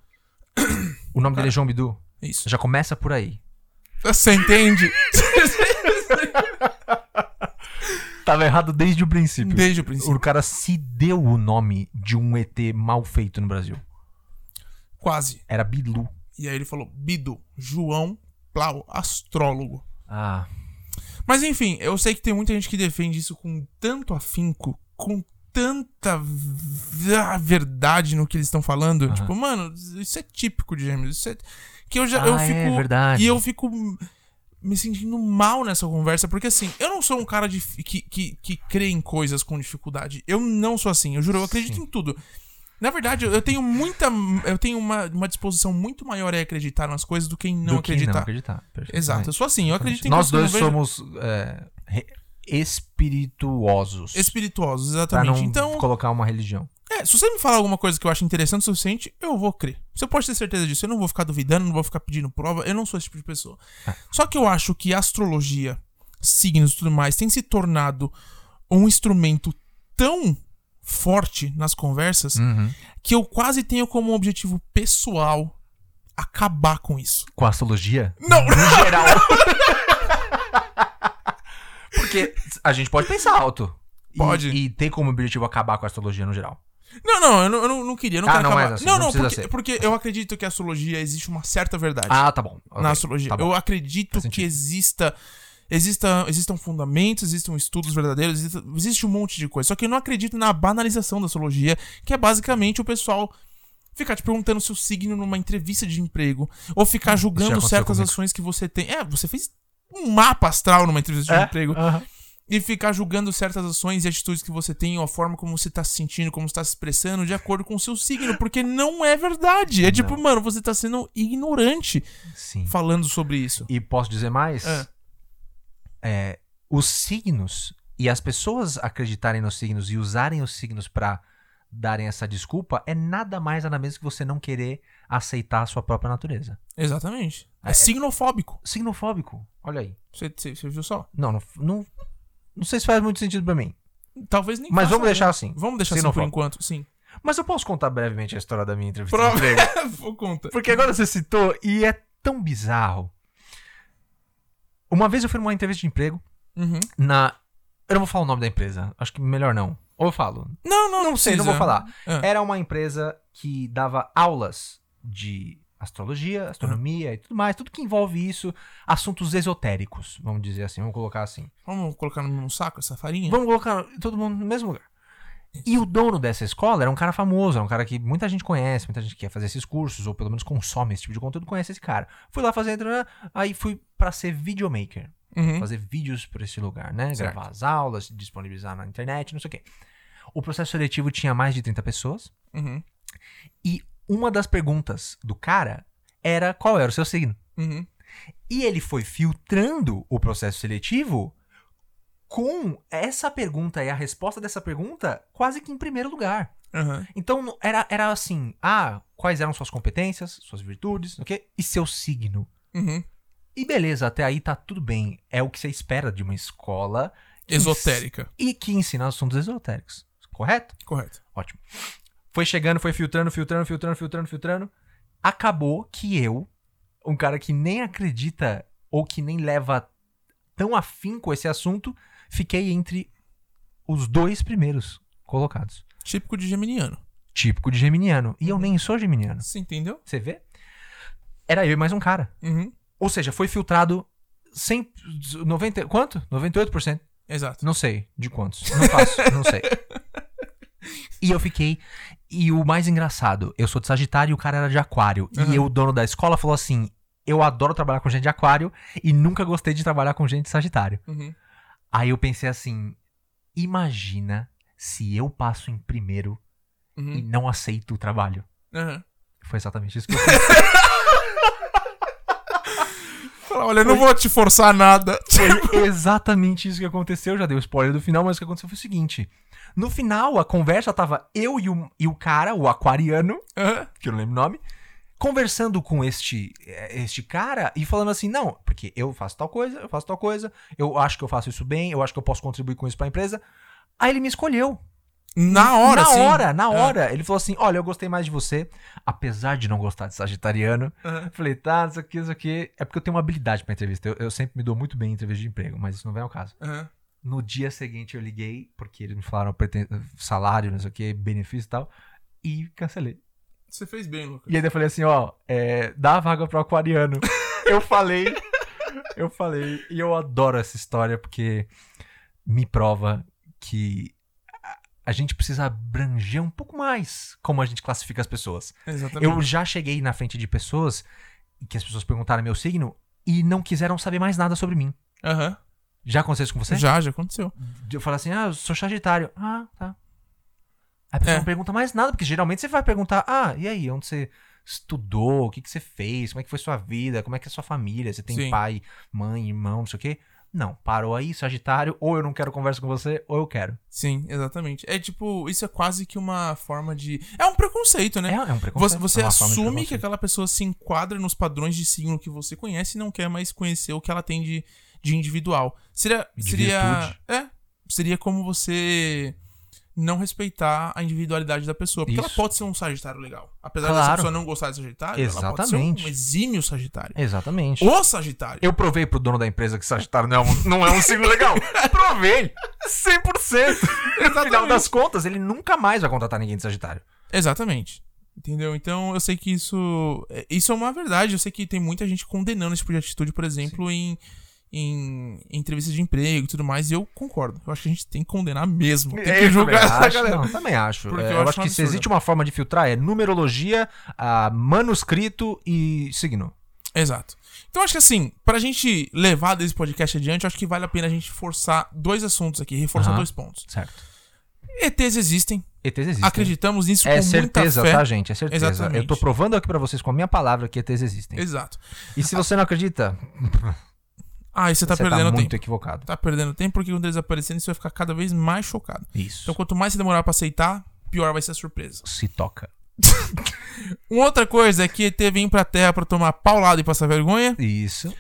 [SPEAKER 1] O nome dele é João Bidu.
[SPEAKER 2] Isso.
[SPEAKER 1] Já começa por aí.
[SPEAKER 2] Você entende?
[SPEAKER 1] Tava errado desde o princípio.
[SPEAKER 2] Desde o princípio.
[SPEAKER 1] O cara se deu o nome de um ET mal feito no Brasil.
[SPEAKER 2] Quase.
[SPEAKER 1] Era Bilu.
[SPEAKER 2] E aí ele falou: Bidu, João Plau, astrólogo.
[SPEAKER 1] Ah,
[SPEAKER 2] Mas enfim, eu sei que tem muita gente que defende isso com tanto afinco, com tanta v- ah, verdade no que eles estão falando.
[SPEAKER 1] Aham.
[SPEAKER 2] Tipo, mano, isso é típico de gêmeos. Isso é... Que eu já eu
[SPEAKER 1] Ah, é
[SPEAKER 2] fico.
[SPEAKER 1] verdade.
[SPEAKER 2] E eu fico me sentindo mal nessa conversa, porque assim, eu não sou um cara de, que, que, que crê em coisas com dificuldade. Eu não sou assim, eu juro, eu acredito em tudo. Na verdade, eu- eu tenho muita. Eu tenho uma, uma disposição muito maior a acreditar nas coisas do que em não
[SPEAKER 1] do que
[SPEAKER 2] acreditar.
[SPEAKER 1] não acreditar.
[SPEAKER 2] Exato, eu sou assim, eu acredito em
[SPEAKER 1] Nós
[SPEAKER 2] coisas que eu
[SPEAKER 1] dois
[SPEAKER 2] não vejo-
[SPEAKER 1] somos é, re- espirituosos.
[SPEAKER 2] Espirituosos,
[SPEAKER 1] Pra
[SPEAKER 2] exatamente.
[SPEAKER 1] não
[SPEAKER 2] Então,
[SPEAKER 1] colocar uma religião.
[SPEAKER 2] é, se você me falar alguma coisa que eu acho interessante o suficiente, eu vou crer. Você pode ter certeza disso. Eu não vou ficar duvidando, não vou ficar pedindo prova. Eu não sou esse tipo de pessoa.
[SPEAKER 1] É.
[SPEAKER 2] Só que eu acho que astrologia, signos e tudo mais tem se tornado um instrumento tão forte nas conversas
[SPEAKER 1] Uhum.
[SPEAKER 2] que eu quase tenho como objetivo pessoal acabar com isso.
[SPEAKER 1] Com a astrologia?
[SPEAKER 2] Não,
[SPEAKER 1] No geral. Porque a gente pode pensar alto. E-
[SPEAKER 2] Pode.
[SPEAKER 1] E, tem como objetivo acabar com a astrologia no geral.
[SPEAKER 2] não, não, eu não, eu não- não queria, eu não
[SPEAKER 1] Ah,
[SPEAKER 2] quero
[SPEAKER 1] não,
[SPEAKER 2] acabar.
[SPEAKER 1] mas assim,
[SPEAKER 2] não,
[SPEAKER 1] não
[SPEAKER 2] não,
[SPEAKER 1] precisa
[SPEAKER 2] porque,
[SPEAKER 1] ser.
[SPEAKER 2] porque eu acredito que a astrologia existe uma certa verdade.
[SPEAKER 1] Ah, tá bom. Ok,
[SPEAKER 2] na astrologia.
[SPEAKER 1] Tá bom.
[SPEAKER 2] eu acredito
[SPEAKER 1] Faz sentido.
[SPEAKER 2] que exista, exista existam fundamentos, existam estudos verdadeiros, exista, existe um monte de coisa. Só que eu não acredito na banalização da astrologia, que é basicamente o pessoal ficar te perguntando seu signo numa entrevista de emprego ou ficar julgando
[SPEAKER 1] aconteceu
[SPEAKER 2] certas
[SPEAKER 1] comigo.
[SPEAKER 2] ações que você tem. É, você fez um mapa astral numa entrevista de
[SPEAKER 1] É?
[SPEAKER 2] emprego
[SPEAKER 1] Aham.
[SPEAKER 2] e ficar julgando certas ações e atitudes que você tem, ou a forma como você tá se sentindo, como você tá se expressando, de acordo com o seu signo, porque não é verdade. É tipo, mano, você tá sendo ignorante
[SPEAKER 1] Sim.
[SPEAKER 2] falando sobre isso.
[SPEAKER 1] E posso dizer mais?
[SPEAKER 2] Ah.
[SPEAKER 1] É, os signos e as pessoas acreditarem nos signos e usarem os signos pra darem essa desculpa é nada mais nada menos que você não querer aceitar a sua própria natureza.
[SPEAKER 2] Exatamente. É,
[SPEAKER 1] É.
[SPEAKER 2] signofóbico.
[SPEAKER 1] Signofóbico. Olha aí.
[SPEAKER 2] Você você viu só?
[SPEAKER 1] Não, não, não, não sei se faz muito sentido pra mim.
[SPEAKER 2] Talvez nem.
[SPEAKER 1] Mas
[SPEAKER 2] faça,
[SPEAKER 1] vamos
[SPEAKER 2] né?
[SPEAKER 1] deixar assim.
[SPEAKER 2] Vamos deixar assim por
[SPEAKER 1] Signofóbico.
[SPEAKER 2] enquanto, sim.
[SPEAKER 1] Mas eu posso contar brevemente a história da minha entrevista.
[SPEAKER 2] Prova.
[SPEAKER 1] de emprego?
[SPEAKER 2] Vou conta.
[SPEAKER 1] Porque agora você citou e é tão bizarro. Uma vez eu fui numa entrevista de emprego
[SPEAKER 2] Uhum.
[SPEAKER 1] na. Eu não vou falar o nome da empresa. Acho que melhor não. Ou eu falo.
[SPEAKER 2] Não, não,
[SPEAKER 1] Não sei, não
[SPEAKER 2] precisa.
[SPEAKER 1] vou falar.
[SPEAKER 2] Ah.
[SPEAKER 1] Era uma empresa que dava aulas de astrologia, astronomia e tudo mais. Tudo que envolve isso. Assuntos esotéricos, vamos dizer assim. Vamos colocar assim.
[SPEAKER 2] Vamos colocar num saco essa farinha?
[SPEAKER 1] Vamos colocar todo mundo no mesmo lugar. E o dono dessa escola era um cara famoso, era um cara que muita gente conhece, muita gente que quer fazer esses cursos, ou pelo menos consome esse tipo de conteúdo, conhece esse cara. Fui lá fazer, aí fui pra ser videomaker,
[SPEAKER 2] Uhum.
[SPEAKER 1] fazer vídeos pra esse lugar, né?
[SPEAKER 2] Certo.
[SPEAKER 1] Gravar as aulas, disponibilizar na internet, não sei o quê. O processo seletivo tinha mais de 30 pessoas,
[SPEAKER 2] Uhum.
[SPEAKER 1] e uma das perguntas do cara era qual era o seu signo.
[SPEAKER 2] Uhum.
[SPEAKER 1] E ele foi filtrando o processo seletivo com essa pergunta e a resposta dessa pergunta quase que em primeiro lugar.
[SPEAKER 2] Uhum.
[SPEAKER 1] Então no- era, era assim: ah, quais eram suas competências, suas virtudes, o quê? E seu signo.
[SPEAKER 2] Uhum.
[SPEAKER 1] E beleza, até aí tá tudo bem. É o que você espera de uma escola
[SPEAKER 2] Esotérica.
[SPEAKER 1] e que ensina assuntos esotéricos. Correto?
[SPEAKER 2] Correto.
[SPEAKER 1] Ótimo. Foi chegando, foi filtrando, filtrando, filtrando, filtrando, filtrando. Acabou que eu, um cara que nem acredita ou que nem leva tão afim com esse assunto, fiquei entre os dois primeiros colocados.
[SPEAKER 2] Típico de geminiano.
[SPEAKER 1] Típico de geminiano. E eu nem sou geminiano.
[SPEAKER 2] Você entendeu?
[SPEAKER 1] Você vê? Era eu e mais um cara.
[SPEAKER 2] Uhum.
[SPEAKER 1] Ou seja, foi filtrado 100, 90, quanto? 98%.
[SPEAKER 2] Exato.
[SPEAKER 1] Não sei de quantos. Não faço, não sei. E eu fiquei. E o mais engraçado, eu sou de Sagitário e o cara era de Aquário.
[SPEAKER 2] Aham.
[SPEAKER 1] E eu, o dono da escola falou assim: Eu adoro trabalhar com gente de Aquário e nunca gostei de trabalhar com gente de Sagitário.
[SPEAKER 2] Uhum.
[SPEAKER 1] Aí eu pensei assim: imagina se eu passo em primeiro e
[SPEAKER 2] Uhum.
[SPEAKER 1] não aceito o trabalho.
[SPEAKER 2] Aham.
[SPEAKER 1] Foi exatamente isso que eu pensei.
[SPEAKER 2] Fala, olha, eu não vou te forçar nada.
[SPEAKER 1] Foi exatamente isso que aconteceu. Já dei o spoiler do final, mas o que aconteceu foi o seguinte: no final, a conversa tava eu e o, e o cara, o aquariano,
[SPEAKER 2] Aham.
[SPEAKER 1] que eu não lembro o nome, conversando com este, eh, este cara e falando assim: não, porque eu faço tal coisa, eu faço tal coisa, eu acho que eu faço isso bem, eu acho que eu posso contribuir com isso pra empresa. Aí ele me escolheu.
[SPEAKER 2] Na hora,
[SPEAKER 1] na
[SPEAKER 2] sim.
[SPEAKER 1] hora, na
[SPEAKER 2] Ah.
[SPEAKER 1] hora. Ele falou assim: olha, eu gostei mais de você, apesar de não gostar de Sagitariano.
[SPEAKER 2] Aham.
[SPEAKER 1] Falei, tá, isso aqui, isso aqui. É porque eu tenho uma habilidade pra entrevista. Eu, eu sempre me dou muito bem em entrevista de emprego, mas isso não vem ao caso.
[SPEAKER 2] Aham.
[SPEAKER 1] No dia seguinte eu liguei, porque eles me falaram preten- salário, não sei o que, benefício e tal, e cancelei.
[SPEAKER 2] Você fez bem, Lucas.
[SPEAKER 1] E ainda falei assim, ó, é, dá a vaga pro aquariano. eu falei, eu falei, e eu adoro essa história porque me prova que a- a gente precisa abranger um pouco mais como a gente classifica as pessoas.
[SPEAKER 2] Exatamente.
[SPEAKER 1] Eu já cheguei na frente de pessoas que as pessoas perguntaram meu signo e não quiseram saber mais nada sobre mim.
[SPEAKER 2] Aham.
[SPEAKER 1] Já aconteceu isso com você?
[SPEAKER 2] Já, já aconteceu.
[SPEAKER 1] Eu falo assim, ah, eu sou Sagitário. Ah, tá. Aí a pessoa
[SPEAKER 2] É.
[SPEAKER 1] não pergunta mais nada, porque geralmente você vai perguntar, ah, e aí, onde você estudou, o que, que você fez, como é que foi sua vida, como é que é sua família, você tem
[SPEAKER 2] Sim.
[SPEAKER 1] pai, mãe, irmão, não sei o quê. Não, parou aí, Sagitário, ou eu não quero conversa com você, ou eu quero.
[SPEAKER 2] Sim, exatamente. É tipo, isso é quase que uma forma de. É um preconceito,
[SPEAKER 1] É,
[SPEAKER 2] né?
[SPEAKER 1] é um preconceito.
[SPEAKER 2] Você, você
[SPEAKER 1] é uma forma de
[SPEAKER 2] assume que
[SPEAKER 1] preconceito.
[SPEAKER 2] aquela pessoa se enquadra nos padrões de signo que você conhece e não quer mais conhecer o que ela tem de, de individual. Seria.
[SPEAKER 1] De
[SPEAKER 2] seria
[SPEAKER 1] virtude.
[SPEAKER 2] é. Seria como você não respeitar a individualidade da pessoa. Porque ela
[SPEAKER 1] Isso.
[SPEAKER 2] pode ser um sagitário legal. Apesar dessa
[SPEAKER 1] Claro.
[SPEAKER 2] pessoa não gostar de sagitário, ela pode ser
[SPEAKER 1] Exatamente. É.
[SPEAKER 2] um exímio sagitário.
[SPEAKER 1] Exatamente.
[SPEAKER 2] O sagitário.
[SPEAKER 1] Eu provei pro dono da empresa que Sagitário não é um, não é um signo legal. provei! 100%! No final das contas, ele nunca mais vai contratar ninguém de Sagitário.
[SPEAKER 2] Exatamente. Entendeu? Então eu sei que isso. é- Isso é uma verdade. Eu sei que tem muita gente condenando esse tipo de atitude, por exemplo, em, em, em entrevistas de emprego e tudo mais. E eu concordo. Eu acho que a gente tem que condenar mesmo. Tem que
[SPEAKER 1] É, Eu
[SPEAKER 2] julgar
[SPEAKER 1] também
[SPEAKER 2] essa
[SPEAKER 1] acho,
[SPEAKER 2] galera.
[SPEAKER 1] Não, também acho.
[SPEAKER 2] Porque
[SPEAKER 1] É,
[SPEAKER 2] eu
[SPEAKER 1] eu
[SPEAKER 2] acho
[SPEAKER 1] acho
[SPEAKER 2] um
[SPEAKER 1] que se
[SPEAKER 2] absurdo.
[SPEAKER 1] existe uma forma de filtrar é numerologia, ah, manuscrito e signo.
[SPEAKER 2] Exato. Então acho que assim, pra gente levar desse podcast adiante, eu acho que vale a pena a gente forçar dois assuntos aqui, reforçar
[SPEAKER 1] Aham.
[SPEAKER 2] dois pontos.
[SPEAKER 1] Certo.
[SPEAKER 2] ETs existem,
[SPEAKER 1] ETs existem.
[SPEAKER 2] acreditamos nisso
[SPEAKER 1] É
[SPEAKER 2] com
[SPEAKER 1] certeza,
[SPEAKER 2] muita fé.
[SPEAKER 1] tá, gente? É certeza.
[SPEAKER 2] Exatamente.
[SPEAKER 1] Eu tô provando aqui pra vocês com a minha palavra que ETs existem.
[SPEAKER 2] Exato.
[SPEAKER 1] E se você não acredita,
[SPEAKER 2] Ah, e você tá
[SPEAKER 1] você tá
[SPEAKER 2] perdendo
[SPEAKER 1] muito
[SPEAKER 2] tempo.
[SPEAKER 1] equivocado.
[SPEAKER 2] Tá perdendo tempo porque quando eles aparecerem, você vai ficar cada vez mais chocado.
[SPEAKER 1] Isso.
[SPEAKER 2] Então, quanto mais você demorar pra aceitar, pior vai ser a surpresa.
[SPEAKER 1] Se toca.
[SPEAKER 2] Uma outra coisa é que ET vem pra Terra pra tomar paulada e passar vergonha.
[SPEAKER 1] Isso.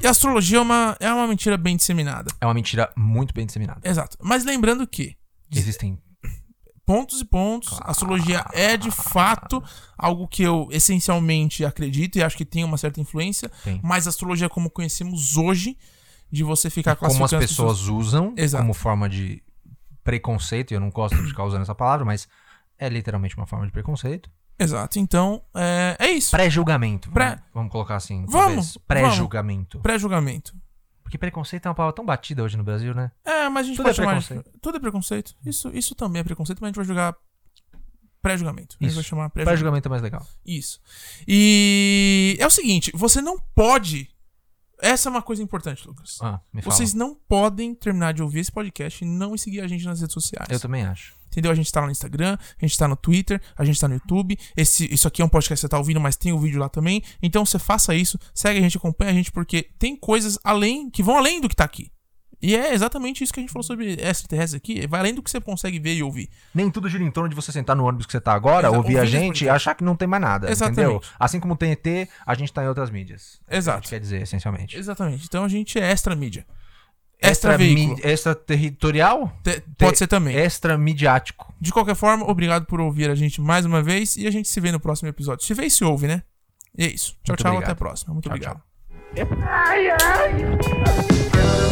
[SPEAKER 2] E a astrologia é uma, é uma mentira bem disseminada.
[SPEAKER 1] É uma mentira muito bem disseminada.
[SPEAKER 2] Exato. Mas lembrando que
[SPEAKER 1] Existem
[SPEAKER 2] pontos e pontos, a astrologia é de fato algo que eu essencialmente acredito e acho que tem uma certa influência.
[SPEAKER 1] Tem.
[SPEAKER 2] Mas a astrologia é como conhecemos hoje, de você ficar
[SPEAKER 1] É como as
[SPEAKER 2] classificando
[SPEAKER 1] pessoas usam
[SPEAKER 2] Exato.
[SPEAKER 1] como forma de preconceito, e eu não gosto de ficar usando essa palavra, mas é literalmente uma forma de preconceito.
[SPEAKER 2] Exato. Então, é, é isso.
[SPEAKER 1] Pré-julgamento.
[SPEAKER 2] Pré-
[SPEAKER 1] Vamos, vamos colocar assim.
[SPEAKER 2] Vamos,
[SPEAKER 1] talvez.
[SPEAKER 2] vamos.
[SPEAKER 1] Pré-julgamento.
[SPEAKER 2] Pré-julgamento.
[SPEAKER 1] Porque preconceito é uma palavra tão batida hoje no Brasil, né?
[SPEAKER 2] É, mas a gente
[SPEAKER 1] Tudo
[SPEAKER 2] pode
[SPEAKER 1] é
[SPEAKER 2] chamar. De... Tudo é preconceito. Isso, isso também é preconceito, mas a gente vai jogar pré-julgamento. A gente
[SPEAKER 1] Isso.
[SPEAKER 2] vai chamar pré-julgamento.
[SPEAKER 1] Pré-julgamento é mais legal.
[SPEAKER 2] Isso. E é o seguinte: você não pode. Essa é uma coisa importante, Lucas.
[SPEAKER 1] Ah, me fala.
[SPEAKER 2] Vocês não podem terminar de ouvir esse podcast e não seguir a gente nas redes sociais.
[SPEAKER 1] Eu também acho.
[SPEAKER 2] Entendeu? A gente tá lá no Instagram, a gente tá no Twitter, a gente tá no YouTube. Esse, isso aqui é um podcast que você tá ouvindo, mas tem o vídeo lá também. Então você faça isso, segue a gente, acompanha a gente, porque tem coisas além, que vão além do que tá aqui. E é exatamente isso que a gente falou sobre extraterrestre aqui. é, Vai além do que você consegue ver e ouvir.
[SPEAKER 1] Nem tudo gira em torno de você sentar no ônibus que você tá agora,
[SPEAKER 2] Exa-
[SPEAKER 1] ouvir
[SPEAKER 2] ouvir
[SPEAKER 1] a
[SPEAKER 2] esse
[SPEAKER 1] gente e
[SPEAKER 2] podcast.
[SPEAKER 1] achar que não tem mais nada. Entendeu?
[SPEAKER 2] Exatamente.
[SPEAKER 1] Assim como tem ET, a gente tá em outras mídias. É o que a
[SPEAKER 2] Exato.
[SPEAKER 1] gente Quer dizer, essencialmente.
[SPEAKER 2] Exatamente. Então a gente é extra mídia. Extra É. veículo.
[SPEAKER 1] Extra-territorial? extra territorial?
[SPEAKER 2] Te- Pode ser também.
[SPEAKER 1] Extra-midiático.
[SPEAKER 2] De qualquer forma, obrigado por ouvir a gente mais uma vez e a gente se vê no próximo episódio. Se vê e se ouve, né? E é isso. Tchau,
[SPEAKER 1] Muito
[SPEAKER 2] tchau.
[SPEAKER 1] obrigado.
[SPEAKER 2] Até a próxima. Muito
[SPEAKER 1] Tchau,
[SPEAKER 2] obrigado.
[SPEAKER 1] tchau.